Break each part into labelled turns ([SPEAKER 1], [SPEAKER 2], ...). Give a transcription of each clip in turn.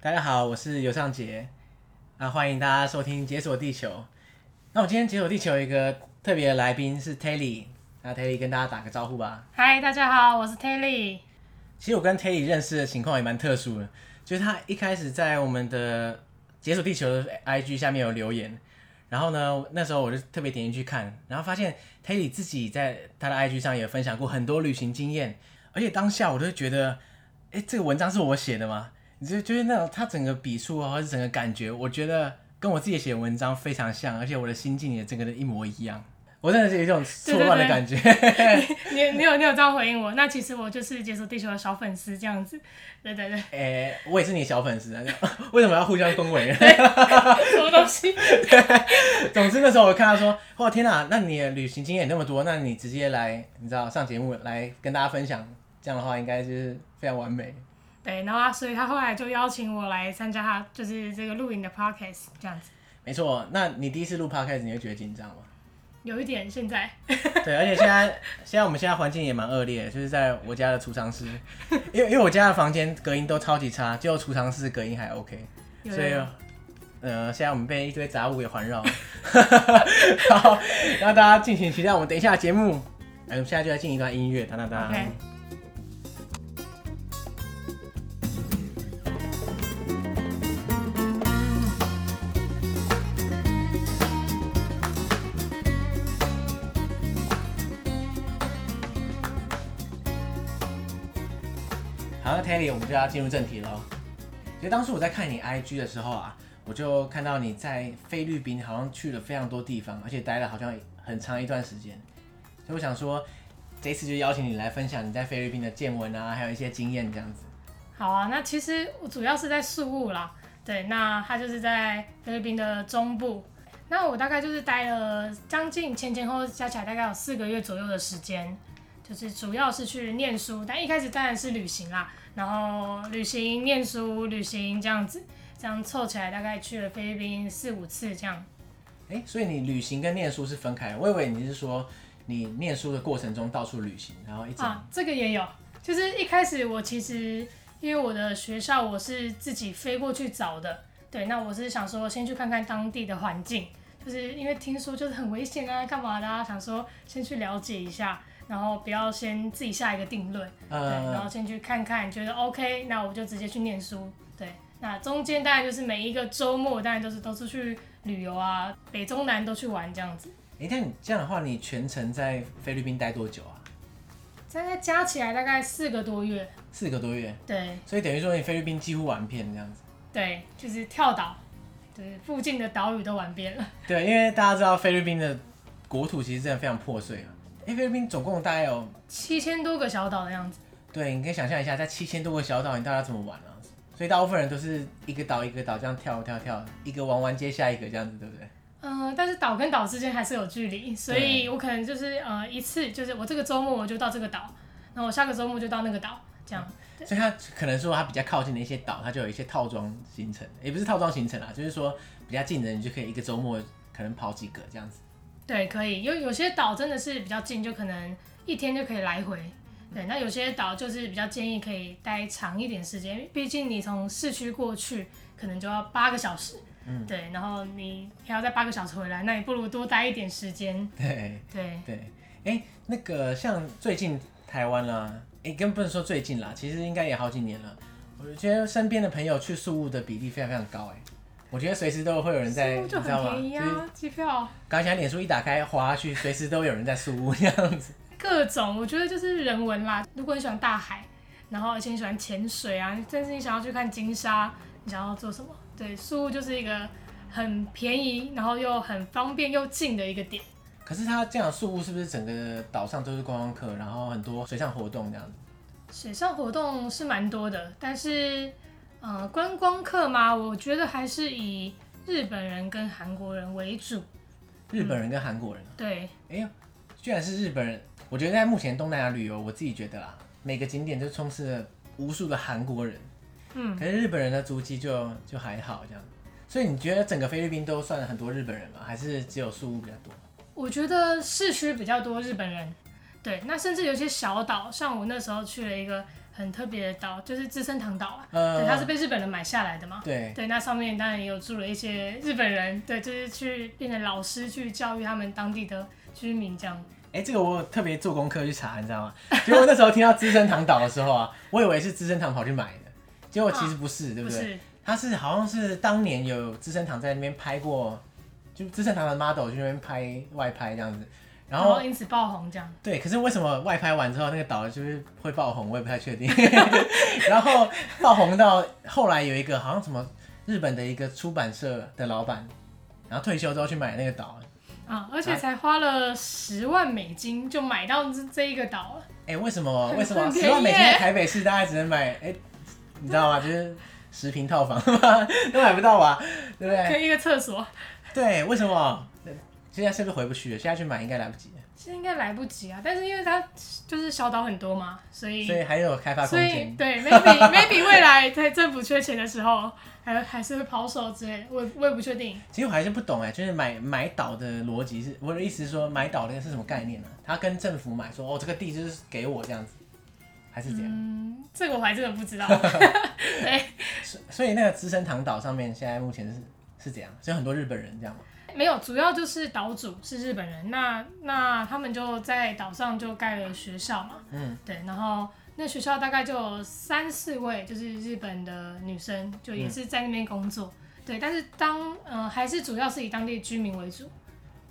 [SPEAKER 1] 大家好，我是尤尚杰，那、欢迎大家收听《解锁地球》。那我今天《解锁地球》有一个特别的来宾是 Terry，那 Terry 跟大家打个招呼吧。
[SPEAKER 2] 嗨，大家好，我是 Terry。
[SPEAKER 1] 其实我跟 Terry 认识的情况也蛮特殊的，就是他一开始在我们的《解锁地球》的 IG 下面有留言，然后呢，那时候我就特别点进去看，然后发现 Terry 自己在他的 IG 上也分享过很多旅行经验，而且当下我就会觉得，哎，这个文章是我写的吗？你就就是那种他整个笔触啊，或者整个感觉，我觉得跟我自己写的文章非常像，而且我的心境也整个的一模一样，我真的是有一种错乱的
[SPEAKER 2] 对对对
[SPEAKER 1] 感觉。
[SPEAKER 2] 你你有你有这样回应我，那其实我就是解锁地球的小粉丝这样子。对 对对，
[SPEAKER 1] 哎、我也是你的小粉丝啊， 为什么要互相恭维？
[SPEAKER 2] 什么东西？
[SPEAKER 1] 总之那时候我看到说，哇天哪、那你的旅行经验也那么多，那你直接来，你知道上节目来跟大家分享，这样的话应该就是非常完美。
[SPEAKER 2] 对，然后啊他所以他后来就邀请我来参加他就是这个录影的 podcast 这样子，
[SPEAKER 1] 没错，那你第一次录 podcast 你会觉得紧张吗？
[SPEAKER 2] 有一点现在
[SPEAKER 1] 对，而且现在现在我们现在环境也蛮恶劣的，就是在我家的储藏室，因为因为我家的房间隔音都超级差，只有储藏室隔音还 OK，
[SPEAKER 2] 有
[SPEAKER 1] 所以
[SPEAKER 2] 点
[SPEAKER 1] 呃，现在我们被一堆杂物给环 绕，然后 然后大家敬请期待我们等一下的节目，哎，我们现在就来进一段音乐，当当当。
[SPEAKER 2] OK
[SPEAKER 1] 好，那 Terry，我们就要进入正题喽。其实当时我在看你 IG 的时候啊，我就看到你在菲律宾好像去了非常多地方，而且待了好像很长一段时间，所以我想说，这一次就邀请你来分享你在菲律宾的见闻啊，还有一些经验这样子。
[SPEAKER 2] 好啊，那其实我主要是在宿务啦，对，那它就是在菲律宾的中部。那我大概就是待了将近前前后后加起来大概有四个月左右的时间，就是主要是去念书，但一开始当然是旅行啦，然后旅行、念书、旅行这样子，这样凑起来大概去了菲律宾四五次这样。
[SPEAKER 1] 哎、所以你旅行跟念书是分开的，我以为你是说你念书的过程中到处旅行，然后一直、
[SPEAKER 2] 啊，这个也有，就是一开始我其实因为我的学校我是自己飞过去找的，对，那我是想说先去看看当地的环境，就是因为听说就是很危险啊，干嘛的、啊，想说先去了解一下，然后不要先自己下一个定论，对，然
[SPEAKER 1] 呃
[SPEAKER 2] 后先去看看，觉得 OK，那我就直接去念书，对。那中间当然就是每一个周末，当然都是都是去旅游啊，北中南都去玩这样子。
[SPEAKER 1] 哎、那你这样的话，你全程在菲律宾待多久啊？
[SPEAKER 2] 大概加起来大概四个多月，
[SPEAKER 1] 四个多月，
[SPEAKER 2] 对，
[SPEAKER 1] 所以等于说你菲律宾几乎玩遍这样子。
[SPEAKER 2] 对，就是跳岛，对，附近的岛屿都玩遍了。
[SPEAKER 1] 对，因为大家知道菲律宾的国土其实真的非常破碎啊。哎、菲律宾总共大概有，
[SPEAKER 2] 七千多个小岛的样子，
[SPEAKER 1] 对，你可以想象一下，在七千多个小岛，你到底要怎么玩啊？所以大部分人都是一个岛一个岛这样跳跳跳，一个玩完接下一个这样子，对不对？
[SPEAKER 2] 嗯、但是岛跟岛之间还是有距离，所以我可能就是呃一次，就是我这个周末我就到这个岛，然后我下个周末就到那个岛，这样。
[SPEAKER 1] 所以它可能说它比较靠近的一些岛，它就有一些套装行程，也不是套装行程啦，就是说比较近的，你就可以一个周末可能跑几个这样子。
[SPEAKER 2] 对，可以。有有些岛真的是比较近，就可能一天就可以来回。对，那有些岛就是比较建议可以待长一点时间，因为毕竟你从市区过去可能就要八个小时，嗯，对，然后你还要再八个小时回来，那你不如多待一点时间，
[SPEAKER 1] 对
[SPEAKER 2] 对。
[SPEAKER 1] 对，哎、那个像最近台湾啦，哎、根本不能说最近啦，其实应该也好几年了。我觉得身边的朋友去宿务的比例非常非常高、哎，我觉得随时都会有人在，你知
[SPEAKER 2] 就很
[SPEAKER 1] 道吗？
[SPEAKER 2] 便宜
[SPEAKER 1] 就是
[SPEAKER 2] 啊，机票
[SPEAKER 1] 刚才脸书一打开滑下去，随时都有人在宿务这样子。
[SPEAKER 2] 各种，我觉得就是人文啦。如果你喜欢大海，然后而且你喜欢潜水啊，甚至你想要去看金沙，你想要做什么？对，宿务就是一个很便宜，然后又很方便又近的一个点。
[SPEAKER 1] 可是他这样宿务是不是整个岛上都是观光客，然后很多水上活动这样子？
[SPEAKER 2] 水上活动是蛮多的，但是呃，观光客嘛，我觉得还是以日本人跟韩国人为主。
[SPEAKER 1] 日本人跟韩国人。
[SPEAKER 2] 对，
[SPEAKER 1] 哎呦，居然是日本人！我觉得在目前东南亚旅游，我自己觉得啦，每个景点都充斥了无数的韩国人，
[SPEAKER 2] 嗯，
[SPEAKER 1] 可是日本人的足迹就就还好这样。所以你觉得整个菲律宾都算很多日本人吗？还是只有宿务比较多？
[SPEAKER 2] 我觉得市区比较多日本人，对，那甚至有些小岛，像我那时候去了一个很特别的岛，就是资生堂岛啊，
[SPEAKER 1] 嗯
[SPEAKER 2] 对，它是被日本人买下来的嘛。
[SPEAKER 1] 对，
[SPEAKER 2] 对，那上面当然也有住了一些日本人，对，就是去变成老师去教育他们当地的居民这样。
[SPEAKER 1] 哎、这个我有特别做功课去查，你知道吗？结果那时候听到资生堂岛的时候啊，我以为是资生堂跑去买的，结果其实不是，对
[SPEAKER 2] 不
[SPEAKER 1] 不对？
[SPEAKER 2] 是，
[SPEAKER 1] 他是好像是当年有资生堂在那边拍过，就资生堂的 model 去那边拍外拍这样子，然
[SPEAKER 2] 然
[SPEAKER 1] 后
[SPEAKER 2] 后因此爆红这样。
[SPEAKER 1] 对，可是为什么外拍完之后那个岛就是会爆红，我也不太确定。然后爆红到后来有一个好像什么日本的一个出版社的老板，然后退休之后去买那个岛。
[SPEAKER 2] 啊、而且才花了十万美金就买到这这一个岛了，
[SPEAKER 1] 哎、为什么？
[SPEAKER 2] 很
[SPEAKER 1] 为什么
[SPEAKER 2] 很便宜
[SPEAKER 1] 十万美金在
[SPEAKER 2] 耶
[SPEAKER 1] 台北市大概只能买？哎、你知道吗？就是十平套房都买不到吧？对不对？
[SPEAKER 2] 跟一个厕所，
[SPEAKER 1] 对，为什么？现在是不是回不去了？现在去买应该来不及了，
[SPEAKER 2] 现在应该来不及啊。但是因为它就是小岛很多嘛，所以
[SPEAKER 1] 所以还有开发空
[SPEAKER 2] 所以
[SPEAKER 1] 间。
[SPEAKER 2] 对，maybe maybe 未来在政府缺钱的时候，还还是会抛售之类的，我也我也不确定。
[SPEAKER 1] 其实我还是不懂哎，就是买买岛的逻辑是，我的意思是说买岛的是什么概念呢、啊他跟政府买说，哦，这个地就是给我这样子，还是这样？
[SPEAKER 2] 嗯，这个我还真的不知道。对，
[SPEAKER 1] 所所以那个资生堂岛上面现在目前是是这样，所以很多日本人这样嘛。
[SPEAKER 2] 没有，主要就是岛主是日本人，那那他们就在岛上就盖了学校嘛，
[SPEAKER 1] 嗯，
[SPEAKER 2] 对，然后那学校大概就有三四位就是日本的女生，就也是在那边工作，对，但是当呃还是主要是以当地居民为主，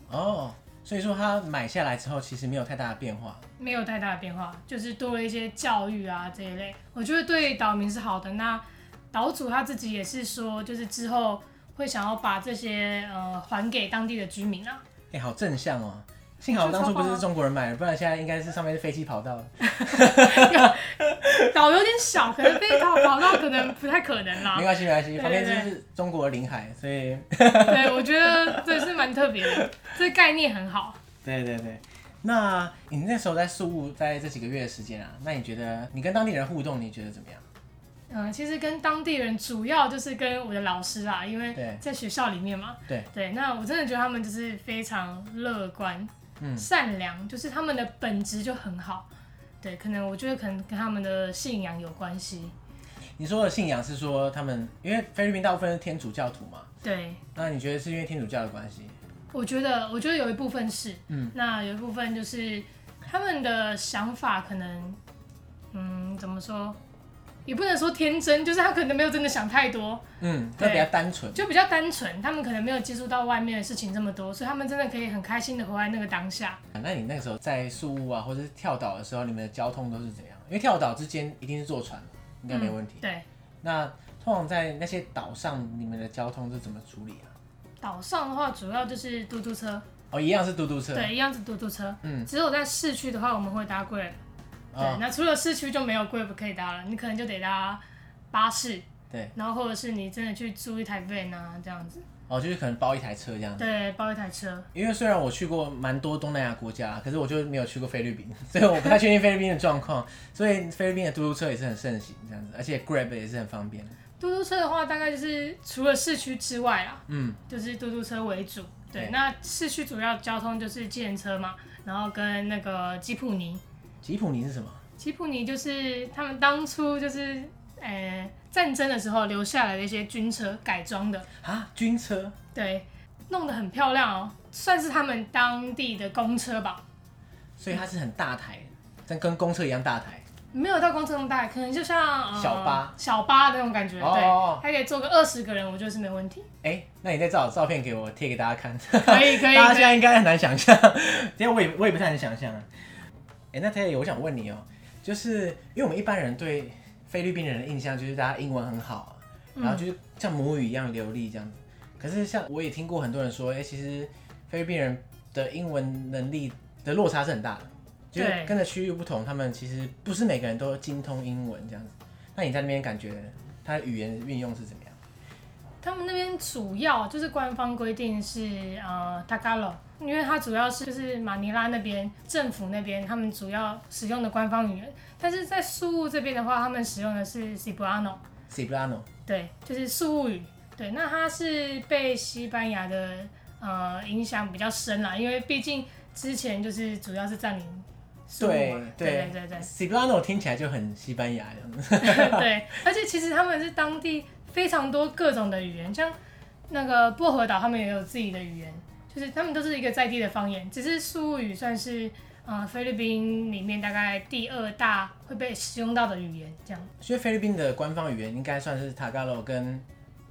[SPEAKER 1] 哦，所以说他买下来之后，其实没有太大的变化。
[SPEAKER 2] 没有太大的变化，就是多了一些教育啊这一类，我觉得对岛民是好的。那岛主他自己也是说，就是之后会想要把这些呃还给当地的居 民啊，
[SPEAKER 1] 哎、好正向哦。幸好我当初不是中国人买的，不然现在应该是上面是飞机跑道。
[SPEAKER 2] 岛有点小，可能被岛跑到可能不太可能 啦
[SPEAKER 1] 没。关系，没关系，
[SPEAKER 2] 对
[SPEAKER 1] 旁边就是中国领海，所以
[SPEAKER 2] 对，我觉得这是蛮特别的，这概念很好。
[SPEAKER 1] 对对对， 那你那时候在宿务在这几个月的时间啊，那你觉得你跟当地人互动，你觉得怎么样？
[SPEAKER 2] 嗯，其实跟当地人主要就是跟我的老师啦，因
[SPEAKER 1] 对
[SPEAKER 2] 为在学校里面嘛。
[SPEAKER 1] 对
[SPEAKER 2] 对，那我真的觉得他们就是非常乐观、
[SPEAKER 1] 嗯
[SPEAKER 2] 善良，就是他们的本质就很好。对，可能我觉得可能跟他们的信仰有关系。
[SPEAKER 1] 你说的信仰是说他们，因为菲律宾大部分是天主教徒嘛，
[SPEAKER 2] 对，
[SPEAKER 1] 那你觉得是因为天主教的关系？
[SPEAKER 2] 我觉得，我觉得有一部分是，
[SPEAKER 1] 嗯，
[SPEAKER 2] 那有一部分就是他们的想法可能，嗯，怎么说，也不能说天真，就是他可能没有真的想太多，
[SPEAKER 1] 嗯，
[SPEAKER 2] 对
[SPEAKER 1] 会比较单纯。
[SPEAKER 2] 就比较单纯，他们可能没有接触到外面的事情这么多，所以他们真的可以很开心的活在那个当下。
[SPEAKER 1] 那你那个时候在宿务啊，或者是跳岛的时候，你们的交通都是怎样？因为跳岛之间一定是坐船，应该没问题。
[SPEAKER 2] 嗯对，
[SPEAKER 1] 那通常在那些岛上，你们的交通是怎么处理啊？
[SPEAKER 2] 岛上的话主要就是嘟嘟车，
[SPEAKER 1] 哦，一样是嘟嘟车。
[SPEAKER 2] 对，一样是嘟嘟车。
[SPEAKER 1] 嗯，
[SPEAKER 2] 只有在市区的话，我们会搭 Grab。对，
[SPEAKER 1] 啊、
[SPEAKER 2] 那除了市区就没有 Grab 可以搭了，你可能就得搭巴士，
[SPEAKER 1] 对，
[SPEAKER 2] 然后或者是你真的去租一台 van 啊这样子。
[SPEAKER 1] 哦，就是可能包一台车这样子。
[SPEAKER 2] 对，包一台车。
[SPEAKER 1] 因为虽然我去过蛮多东南亚国家，可是我就没有去过菲律宾， 所以我不太确定菲律宾的状况。所以菲律宾的嘟嘟车也是很盛行这样子，而且 Grab 也是很方便。
[SPEAKER 2] 嘟嘟车的话，大概就是除了市区之外啦，
[SPEAKER 1] 嗯，
[SPEAKER 2] 就是嘟嘟车为主。对，
[SPEAKER 1] 对
[SPEAKER 2] 那市区主要交通就是计程车嘛，然后跟那个吉普尼。
[SPEAKER 1] 吉普尼是什么？
[SPEAKER 2] 吉普尼就是他们当初就是呃战争的时候留下来的一些军车改装的，
[SPEAKER 1] 啊，军车。
[SPEAKER 2] 对，弄得很漂亮哦，算是他们当地的公车吧，
[SPEAKER 1] 所以它是很大台，但跟公车一样大台。
[SPEAKER 2] 没有到公车那么大，可能就像、呃、
[SPEAKER 1] 小巴
[SPEAKER 2] 小巴的那种感觉，
[SPEAKER 1] 哦
[SPEAKER 2] 对，还可以坐个二十个人，我觉得是没 问题，
[SPEAKER 1] 哎、那你再找照片给我贴给大家看。
[SPEAKER 2] 可以可
[SPEAKER 1] 大
[SPEAKER 2] 以
[SPEAKER 1] 家
[SPEAKER 2] 可
[SPEAKER 1] 现
[SPEAKER 2] 以。
[SPEAKER 1] 在应该很难想象，因为我也我也不太能想象啊。哎、那 Terry，我想问你哦、就是因为我们一般人对菲律宾人的印象就是大家英文很好、啊，然后就是像母语一样流利这样子。可是像我也听过很多人说，哎、其实菲律宾人的英文能力的落差是很大的，就是
[SPEAKER 2] 对
[SPEAKER 1] 跟着区域不同，他们其实不是每个人都精通英文这样子。那你在那边感觉他的语言运用是怎么样？
[SPEAKER 2] 他们那边主要就是官方规定是呃 t a g a l o 因为它主要是就是马尼拉那边政府那边他们主要使用的官方语言，但是在宿务这边的话，他们使用的是 Cebuano，
[SPEAKER 1] s i b r a n o
[SPEAKER 2] 对，就是宿务语。对，那它是被西班牙的呃影响比较深啦，因为毕竟之前就是主要是占领苏武
[SPEAKER 1] 对
[SPEAKER 2] 嘛对
[SPEAKER 1] 对
[SPEAKER 2] 对对对
[SPEAKER 1] c i b r a n o 听起来就很西班牙的，
[SPEAKER 2] 对， 而且其实他们是当地非常多各种的语言，像那个薄荷岛，他们也有自己的语言，就是他们都是一个在地的方言，只是苏语算是呃菲律宾里面大概第二大会被使用到的语言，这样。
[SPEAKER 1] 所以菲律宾的官方语言应该算是 Tagalog 跟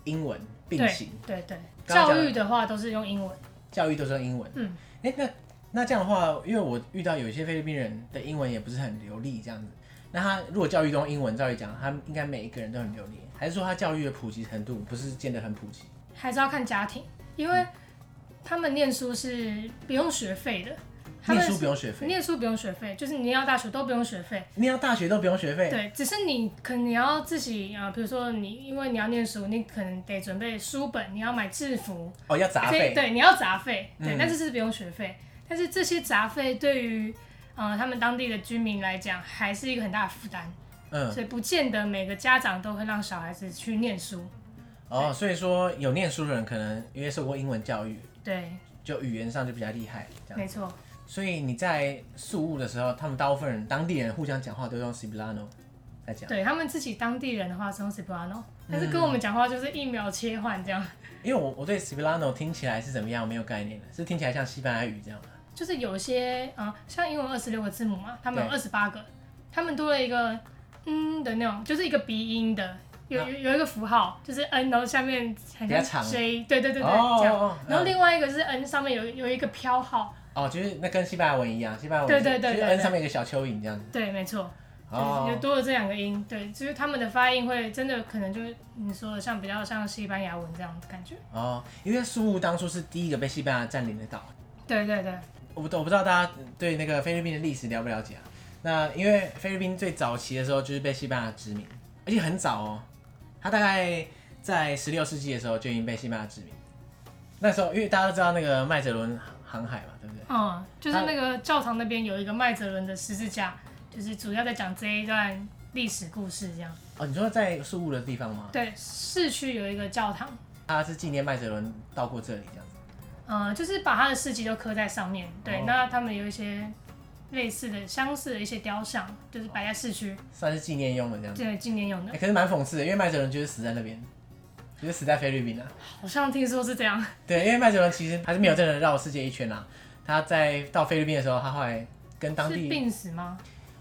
[SPEAKER 1] 英文并
[SPEAKER 2] 对
[SPEAKER 1] 行，
[SPEAKER 2] 对对，
[SPEAKER 1] 刚刚
[SPEAKER 2] 教
[SPEAKER 1] 讲
[SPEAKER 2] 育的话都是用英文。
[SPEAKER 1] 教育都是用英文。
[SPEAKER 2] 嗯，
[SPEAKER 1] 哎、那那这样的话，因为我遇到有一些菲律宾人的英文也不是很流利，这样子。那他如果教育都用英文，照理讲，他应该每一个人都很流利，还是说他教育的普及程度不是见得很普及？
[SPEAKER 2] 还是要看家庭，因
[SPEAKER 1] 嗯
[SPEAKER 2] 为他们念书是不用学费的，他们
[SPEAKER 1] 念书不用学费，
[SPEAKER 2] 念书不用学费，就是你要大学都不用学费。
[SPEAKER 1] 念到大学都不用学费。
[SPEAKER 2] 对，只是你可能你要自己啊、呃比如说你因为你要念书，你可能得准备书本，你要买制服，
[SPEAKER 1] 哦，要杂
[SPEAKER 2] 所以
[SPEAKER 1] 费。
[SPEAKER 2] 对你要杂费，对，
[SPEAKER 1] 嗯
[SPEAKER 2] 但是是不用学费。但是这些杂费对于呃他们当地的居民来讲，还是一个很大的负担，
[SPEAKER 1] 嗯，
[SPEAKER 2] 所以不见得每个家长都会让小孩子去念书。
[SPEAKER 1] 哦，所以说有念书的人可能因为受过英文教育，
[SPEAKER 2] 对，
[SPEAKER 1] 就语言上就比较厉害，这样。
[SPEAKER 2] 没错，
[SPEAKER 1] 所以你在宿务的时候，他们大部分人当地人互相讲话都用 Sibilano 在讲，
[SPEAKER 2] 对他们自己当地人的话是用 Cebuano，但
[SPEAKER 1] 嗯
[SPEAKER 2] 是跟我们讲话就是一秒切换这样，
[SPEAKER 1] 因为我我对 Sibilano 听起来是怎么样没有概念的，是听起来像西班牙语这样吗？
[SPEAKER 2] 就是有些啊、呃像英文二十六个字母嘛，他们有二十八个，他们多了一个嗯的那种，就是一个鼻音的，有有有一个符号，就是 n，然后下面很
[SPEAKER 1] 比较
[SPEAKER 2] 像
[SPEAKER 1] 长
[SPEAKER 2] j，对对对对，
[SPEAKER 1] 哦
[SPEAKER 2] 这样。
[SPEAKER 1] 哦
[SPEAKER 2] 然后
[SPEAKER 1] 嗯
[SPEAKER 2] 另外一个是 n 上面有有一个飘号，
[SPEAKER 1] 哦，就是那跟西班牙文一样，西班牙文
[SPEAKER 2] 对
[SPEAKER 1] 是
[SPEAKER 2] 对对
[SPEAKER 1] 就是
[SPEAKER 2] 对
[SPEAKER 1] N
[SPEAKER 2] 对
[SPEAKER 1] 上面有一个小蚯蚓这样子。
[SPEAKER 2] 对，没错，就是
[SPEAKER 1] 哦
[SPEAKER 2] 有，多了这两个音，对，就是他们的发音会真的可能就是你说的像比较像西班牙文这样的感觉，
[SPEAKER 1] 哦，因为宿务当初是第一个被西班牙占领的岛，
[SPEAKER 2] 对对对，
[SPEAKER 1] 我不我不知道大家对那个菲律宾的历史了不了解啊？那因为菲律宾最早期的时候就是被西班牙殖民，而且很早哦，它大概在十六世纪的时候就已经被西班牙殖民。那时候因为大家都知道那个麦哲伦航海嘛，对不对？
[SPEAKER 2] 嗯，就是那个教堂那边有一个麦哲伦的十字架，就是主要在讲这一段历史故事这样。
[SPEAKER 1] 哦，你说在宿务的地方吗？
[SPEAKER 2] 对，市区有一个教堂，
[SPEAKER 1] 它是纪念麦哲伦到过这里这样子。
[SPEAKER 2] 呃，就是把他的事迹都刻在上面。对，
[SPEAKER 1] 哦
[SPEAKER 2] 那他们有一些类似的、相似的一些雕像，就是摆在市区，
[SPEAKER 1] 算是纪念用的这样子。
[SPEAKER 2] 对，纪念用的
[SPEAKER 1] 哎、。可是蛮讽刺的，因为麦哲伦就是死在那边，就是死在菲律宾啊。
[SPEAKER 2] 好像听说是这样。
[SPEAKER 1] 对，因为麦哲伦其实还是没有真的绕世界一圈啦、啊他在到菲律宾的时候，他后来跟当
[SPEAKER 2] 是
[SPEAKER 1] 地
[SPEAKER 2] 病死吗？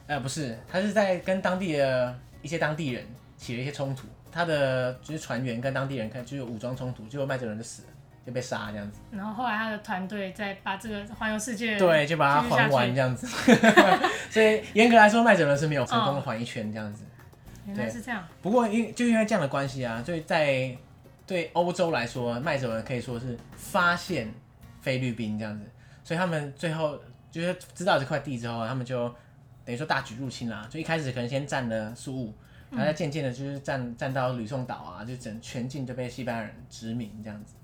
[SPEAKER 1] 呃，不是，他是在跟当地的一些当地人起了一些冲突，他的就是船员跟当地人看就是有武装冲突，结果麦哲伦就死了，就被杀这样子，
[SPEAKER 2] 然后后来他的团队再把这个环游世界，
[SPEAKER 1] 对，就把他
[SPEAKER 2] 继续下
[SPEAKER 1] 还
[SPEAKER 2] 去
[SPEAKER 1] 完这样子， 所以严格来说，麦哲伦是没有成功
[SPEAKER 2] 哦
[SPEAKER 1] 的还一圈这样子。
[SPEAKER 2] 原来是这样。
[SPEAKER 1] 不过因就因为这样的关系啊，所以在对欧洲来说，麦哲伦可以说是发现菲律宾这样子，所以他们最后就是知道这块地之后，他们就等于说大举入侵啦。就一开始可能先占了苏武，然后再渐渐的就是占占到吕宋岛啊，就整全境就被西班牙人殖民这样子。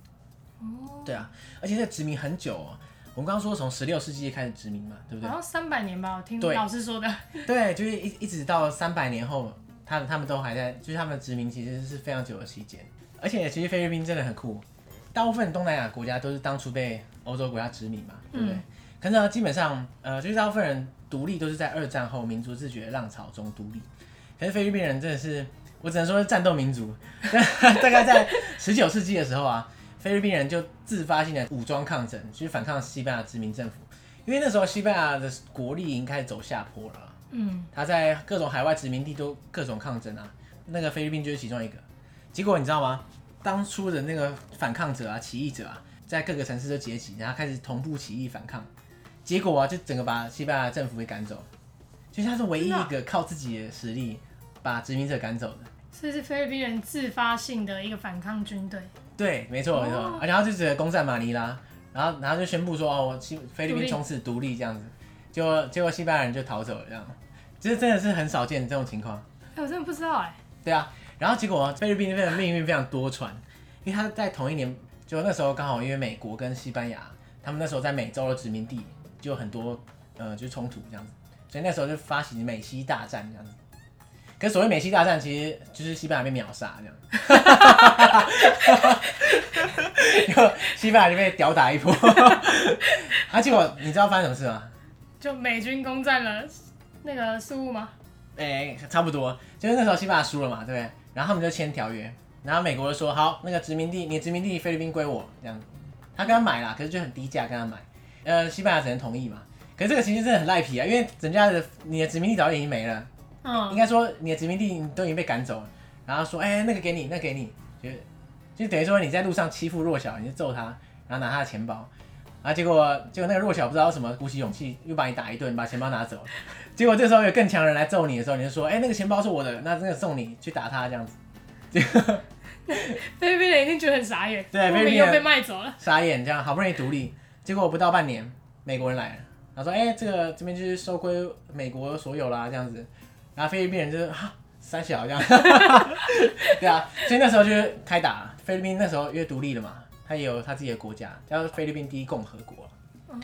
[SPEAKER 2] 哦，
[SPEAKER 1] 对啊，而且这殖民很久、哦，我们刚刚说从十六世纪开始殖民嘛，对不
[SPEAKER 2] 好
[SPEAKER 1] 对？
[SPEAKER 2] 像三百年吧，我听
[SPEAKER 1] 对
[SPEAKER 2] 老师说的。
[SPEAKER 1] 对，就是一一直到三百年后，他们他们都还在，就是他们殖民其实是非常久的期间。而且其实菲律宾真的很酷，大部分东南亚国家都是当初被欧洲国家殖民嘛，对不对？可是呢，基本上呃，就是大部分人独立都是在二战后民族自觉浪潮中独立。可是菲律宾人真的是，我只能说是战斗民族。 大概在十九世纪的时候啊，菲律宾人就自发性的武装抗争，去反抗西班牙殖民政府。因为那时候西班牙的国力已经开始走下坡了啊，
[SPEAKER 2] 嗯，
[SPEAKER 1] 他在各种海外殖民地都各种抗争啊，那个菲律宾就是其中一个。结果你知道吗？当初的那个反抗者啊、起义者啊，在各个城市都结集，然后开始同步起义反抗，结果啊，就整个把西班牙政府给赶走。就是他是唯一一
[SPEAKER 2] 啊
[SPEAKER 1] 个靠自己的实力把殖民者赶走的。
[SPEAKER 2] 所以是菲律宾人自发性的一个反抗军队。
[SPEAKER 1] 对，没
[SPEAKER 2] 哦
[SPEAKER 1] 错没错，而且他就直接攻占马尼拉，然后然后就宣布说哦，我西菲律
[SPEAKER 2] 独
[SPEAKER 1] 宾
[SPEAKER 2] 立
[SPEAKER 1] 从此独立这样子，结果结果西班牙人就逃走了这样，这真的是很少见这种情况。
[SPEAKER 2] 哎、我真的不知道哎、
[SPEAKER 1] 对啊，然后结果菲律宾的命运非常多舛，因为他在同一年，就那时候刚好因为美国跟西班牙，他们那时候在美洲的殖民地就有很多呃就冲突这样子，所以那时候就发起美西大战这样子。可是所谓美西大战，其实就是西班牙被秒杀这样， 然后西班牙就被吊打一波。啊，结果你知道发生什么事吗？
[SPEAKER 2] 就美军攻占了那个苏务吗？
[SPEAKER 1] 哎、差不多，就是那时候西班牙输了嘛，对不对？然后他们就签条约，然后美国就说好，那个殖民地，你的殖民地菲律宾归我这样子。他跟他买啦，可是就很低价跟他买，呃，西班牙只能同意嘛。可是这个情形真的很赖皮啊，因为人家的你的殖民地早就已经没了，应
[SPEAKER 2] 嗯，
[SPEAKER 1] 该说你的殖民地你都已经被赶走了，然后说哎、那个给你，那个给你，就就等于说你在路上欺负弱小，你就揍他，然后拿他的钱包，啊，结果结果那个弱小不知道什么鼓起勇气又把你打一顿，把钱包拿走，结果这时候有更强的人来揍你的时候，你就说哎、那个钱包是我的，那那个送你去打他这样子，
[SPEAKER 2] 菲律宾人一定觉得很傻眼，
[SPEAKER 1] 对
[SPEAKER 2] 莫
[SPEAKER 1] 菲律
[SPEAKER 2] 名
[SPEAKER 1] 宾人
[SPEAKER 2] 又被卖走了。
[SPEAKER 1] 傻眼这样，好不容易独立，结果不到半年美国人来了，他说哎、这个这边就是收归美国所有啦这样子，然后菲律宾人就是啊。三小这样， 对啊，所以那时候就是开打。菲律宾那时候因为独立了嘛，他也有他自己的国家，叫菲律宾第一共和国。
[SPEAKER 2] 哦，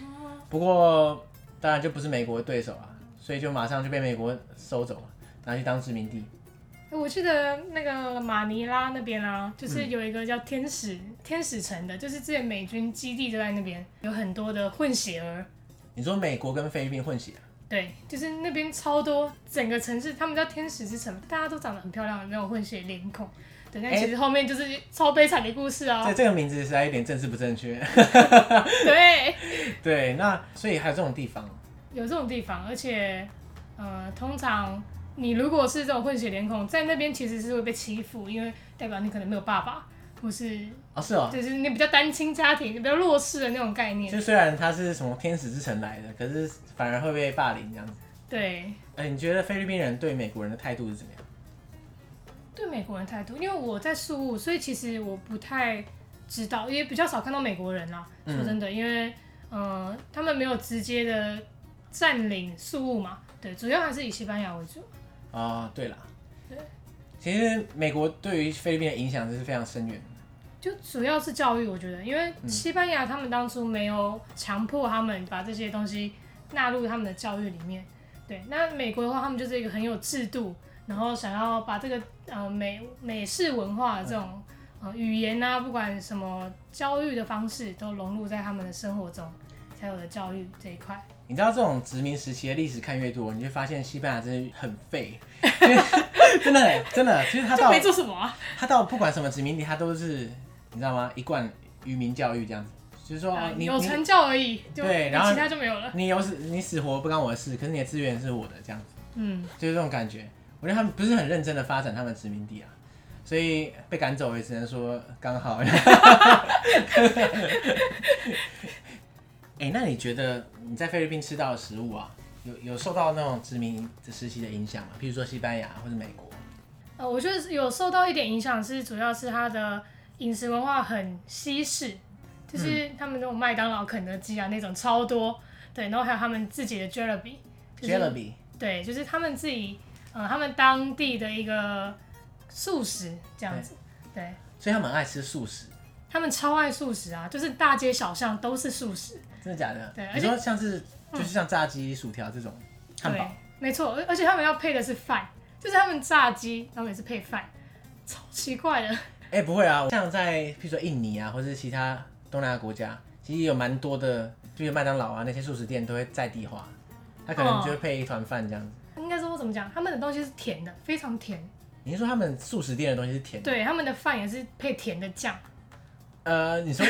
[SPEAKER 1] 不过当然就不是美国的对手啊，所以就马上就被美国收走了，拿去当殖民地。
[SPEAKER 2] 哎我记得那个马尼拉那边啊，就是有一个叫天使、天使城的，就是之前美军基地就在那边，有很多的混血儿。
[SPEAKER 1] 你说美国跟菲律宾混血，啊
[SPEAKER 2] 对，就是那边超多，整个城市他们叫天使之城，大家都长得很漂亮，那种混血脸孔。对，但
[SPEAKER 1] 哎
[SPEAKER 2] 其实后面就是超悲惨的故事啊。
[SPEAKER 1] 这这个名字实在有点政治不正确。
[SPEAKER 2] 对，
[SPEAKER 1] 对，那所以还有这种地方，
[SPEAKER 2] 有这种地方，而且呃，通常你如果是这种混血脸孔，在那边其实是会被欺负，因为代表你可能没有爸爸，或是
[SPEAKER 1] 哦是哦。
[SPEAKER 2] 就是你比较单亲家庭，比较弱势的那种概念。
[SPEAKER 1] 就虽然他是什么天使之城来的，可是反而会被霸凌这样子。
[SPEAKER 2] 对，
[SPEAKER 1] 哎、你觉得菲律宾人对美国人的态度是怎么样？
[SPEAKER 2] 对美国人态度，因为我在宿务，所以其实我不太知道，也比较少看到美国人啦。啊
[SPEAKER 1] 嗯
[SPEAKER 2] 说真的，因为呃，他们没有直接的占领宿务嘛，对，主要还是以西班牙为主。
[SPEAKER 1] 哦，对啦
[SPEAKER 2] 对，
[SPEAKER 1] 其实美国对于菲律宾的影响是非常深远的。
[SPEAKER 2] 就主要是教育，我觉得，因为
[SPEAKER 1] 嗯
[SPEAKER 2] 西班牙他们当初没有强迫他们把这些东西纳入他们的教育里面。对，那美国的话，他们就是一个很有制度，然后想要把这个呃美美式文化的这种呃语言啊，不管什么教育的方式，都融入在他们的生活中，才有的教育这一块。
[SPEAKER 1] 你知道这种殖民时期的历史看越多，你就发现西班牙真的很废， 真的欸真的，就是他
[SPEAKER 2] 就
[SPEAKER 1] 到
[SPEAKER 2] 没做什么啊？
[SPEAKER 1] 他到不管什么殖民地，他都是你知道吗？一贯愚民教育这样子，就是说、
[SPEAKER 2] 啊
[SPEAKER 1] 哦，你
[SPEAKER 2] 有
[SPEAKER 1] 你
[SPEAKER 2] 传教而已，就
[SPEAKER 1] 对然后
[SPEAKER 2] 其他就没有了。
[SPEAKER 1] 你有死你死活不干我的事，可是你的资源是我的这样子，
[SPEAKER 2] 嗯，
[SPEAKER 1] 就是这种感觉。我觉得他们不是很认真的发展他们的殖民地啊，所以被赶走也只能说刚好。 哎、那你觉得你在菲律宾吃到的食物啊，有有受到那种殖民时期的影响吗？譬如说西班牙或者美国？
[SPEAKER 2] 呃，我觉得有受到一点影响，是主要是它的饮食文化很西式，
[SPEAKER 1] 嗯
[SPEAKER 2] 就是他们那种麦当劳、肯德基啊那种超多，对，然后还有他们自己的 Jollibee，就是
[SPEAKER 1] j e l l a b y
[SPEAKER 2] 对，就是他们自己呃他们当地的一个素食这样子，对
[SPEAKER 1] 所以他们很爱吃素食，
[SPEAKER 2] 他们超爱素食啊，就是大街小巷都是素食，
[SPEAKER 1] 真的假的？
[SPEAKER 2] 对
[SPEAKER 1] 你
[SPEAKER 2] 而且嗯
[SPEAKER 1] 说像是就是像炸鸡、薯条这种汉
[SPEAKER 2] 对
[SPEAKER 1] 堡，，
[SPEAKER 2] 没错，而而且他们要配的是饭，就是他们炸鸡，然后也是配饭，超奇怪的，
[SPEAKER 1] 哎、不会啊，像在譬如说印尼啊，或是其他东南亚国家，其实有蛮多的，就是麦当劳啊那些素食店都会在地化，它可能
[SPEAKER 2] 哦
[SPEAKER 1] 就会配一团饭这样子。
[SPEAKER 2] 应该说怎么讲，他们的东西是甜的，非常甜。
[SPEAKER 1] 你是说他们素食店的东西是甜的？
[SPEAKER 2] 对，他们的饭也是配甜的酱，
[SPEAKER 1] 呃，你说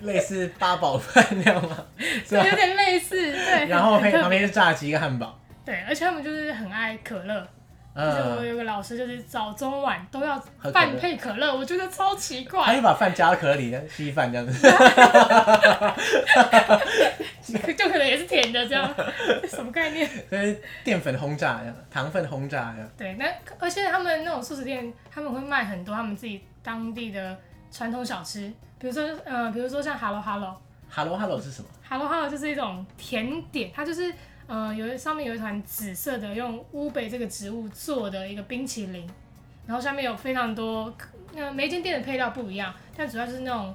[SPEAKER 1] 类似八宝饭那样吗？是吧？
[SPEAKER 2] 有点类似。对，
[SPEAKER 1] 然后
[SPEAKER 2] 很
[SPEAKER 1] 配
[SPEAKER 2] 特
[SPEAKER 1] 旁边是炸鸡跟汉堡，
[SPEAKER 2] 对，而且他们就是很爱可乐。就是我
[SPEAKER 1] 嗯，
[SPEAKER 2] 有个老师，就是早中晚都要
[SPEAKER 1] 喝可乐哎
[SPEAKER 2] 饭配可乐，我觉得超奇
[SPEAKER 1] 他
[SPEAKER 2] 怪，
[SPEAKER 1] 就把饭加到可乐里，稀饭这样子。
[SPEAKER 2] 就可能也是甜的这样， 什么概念？
[SPEAKER 1] 所以淀粉轰炸这样，糖分轰炸这样。
[SPEAKER 2] 对，那而且他们那种素食店，他们会卖很多他们自己当地的传统小吃，比如说呃，比如说像 Hello Hello。
[SPEAKER 1] Hello Hello 是什么？
[SPEAKER 2] Hello Hello 就是一种甜点，它就是呃有上面有一团紫色的用乌贝这个植物做的一个冰淇淋，然后下面有非常多，呃每一间店的配料不一样，但主要就是那种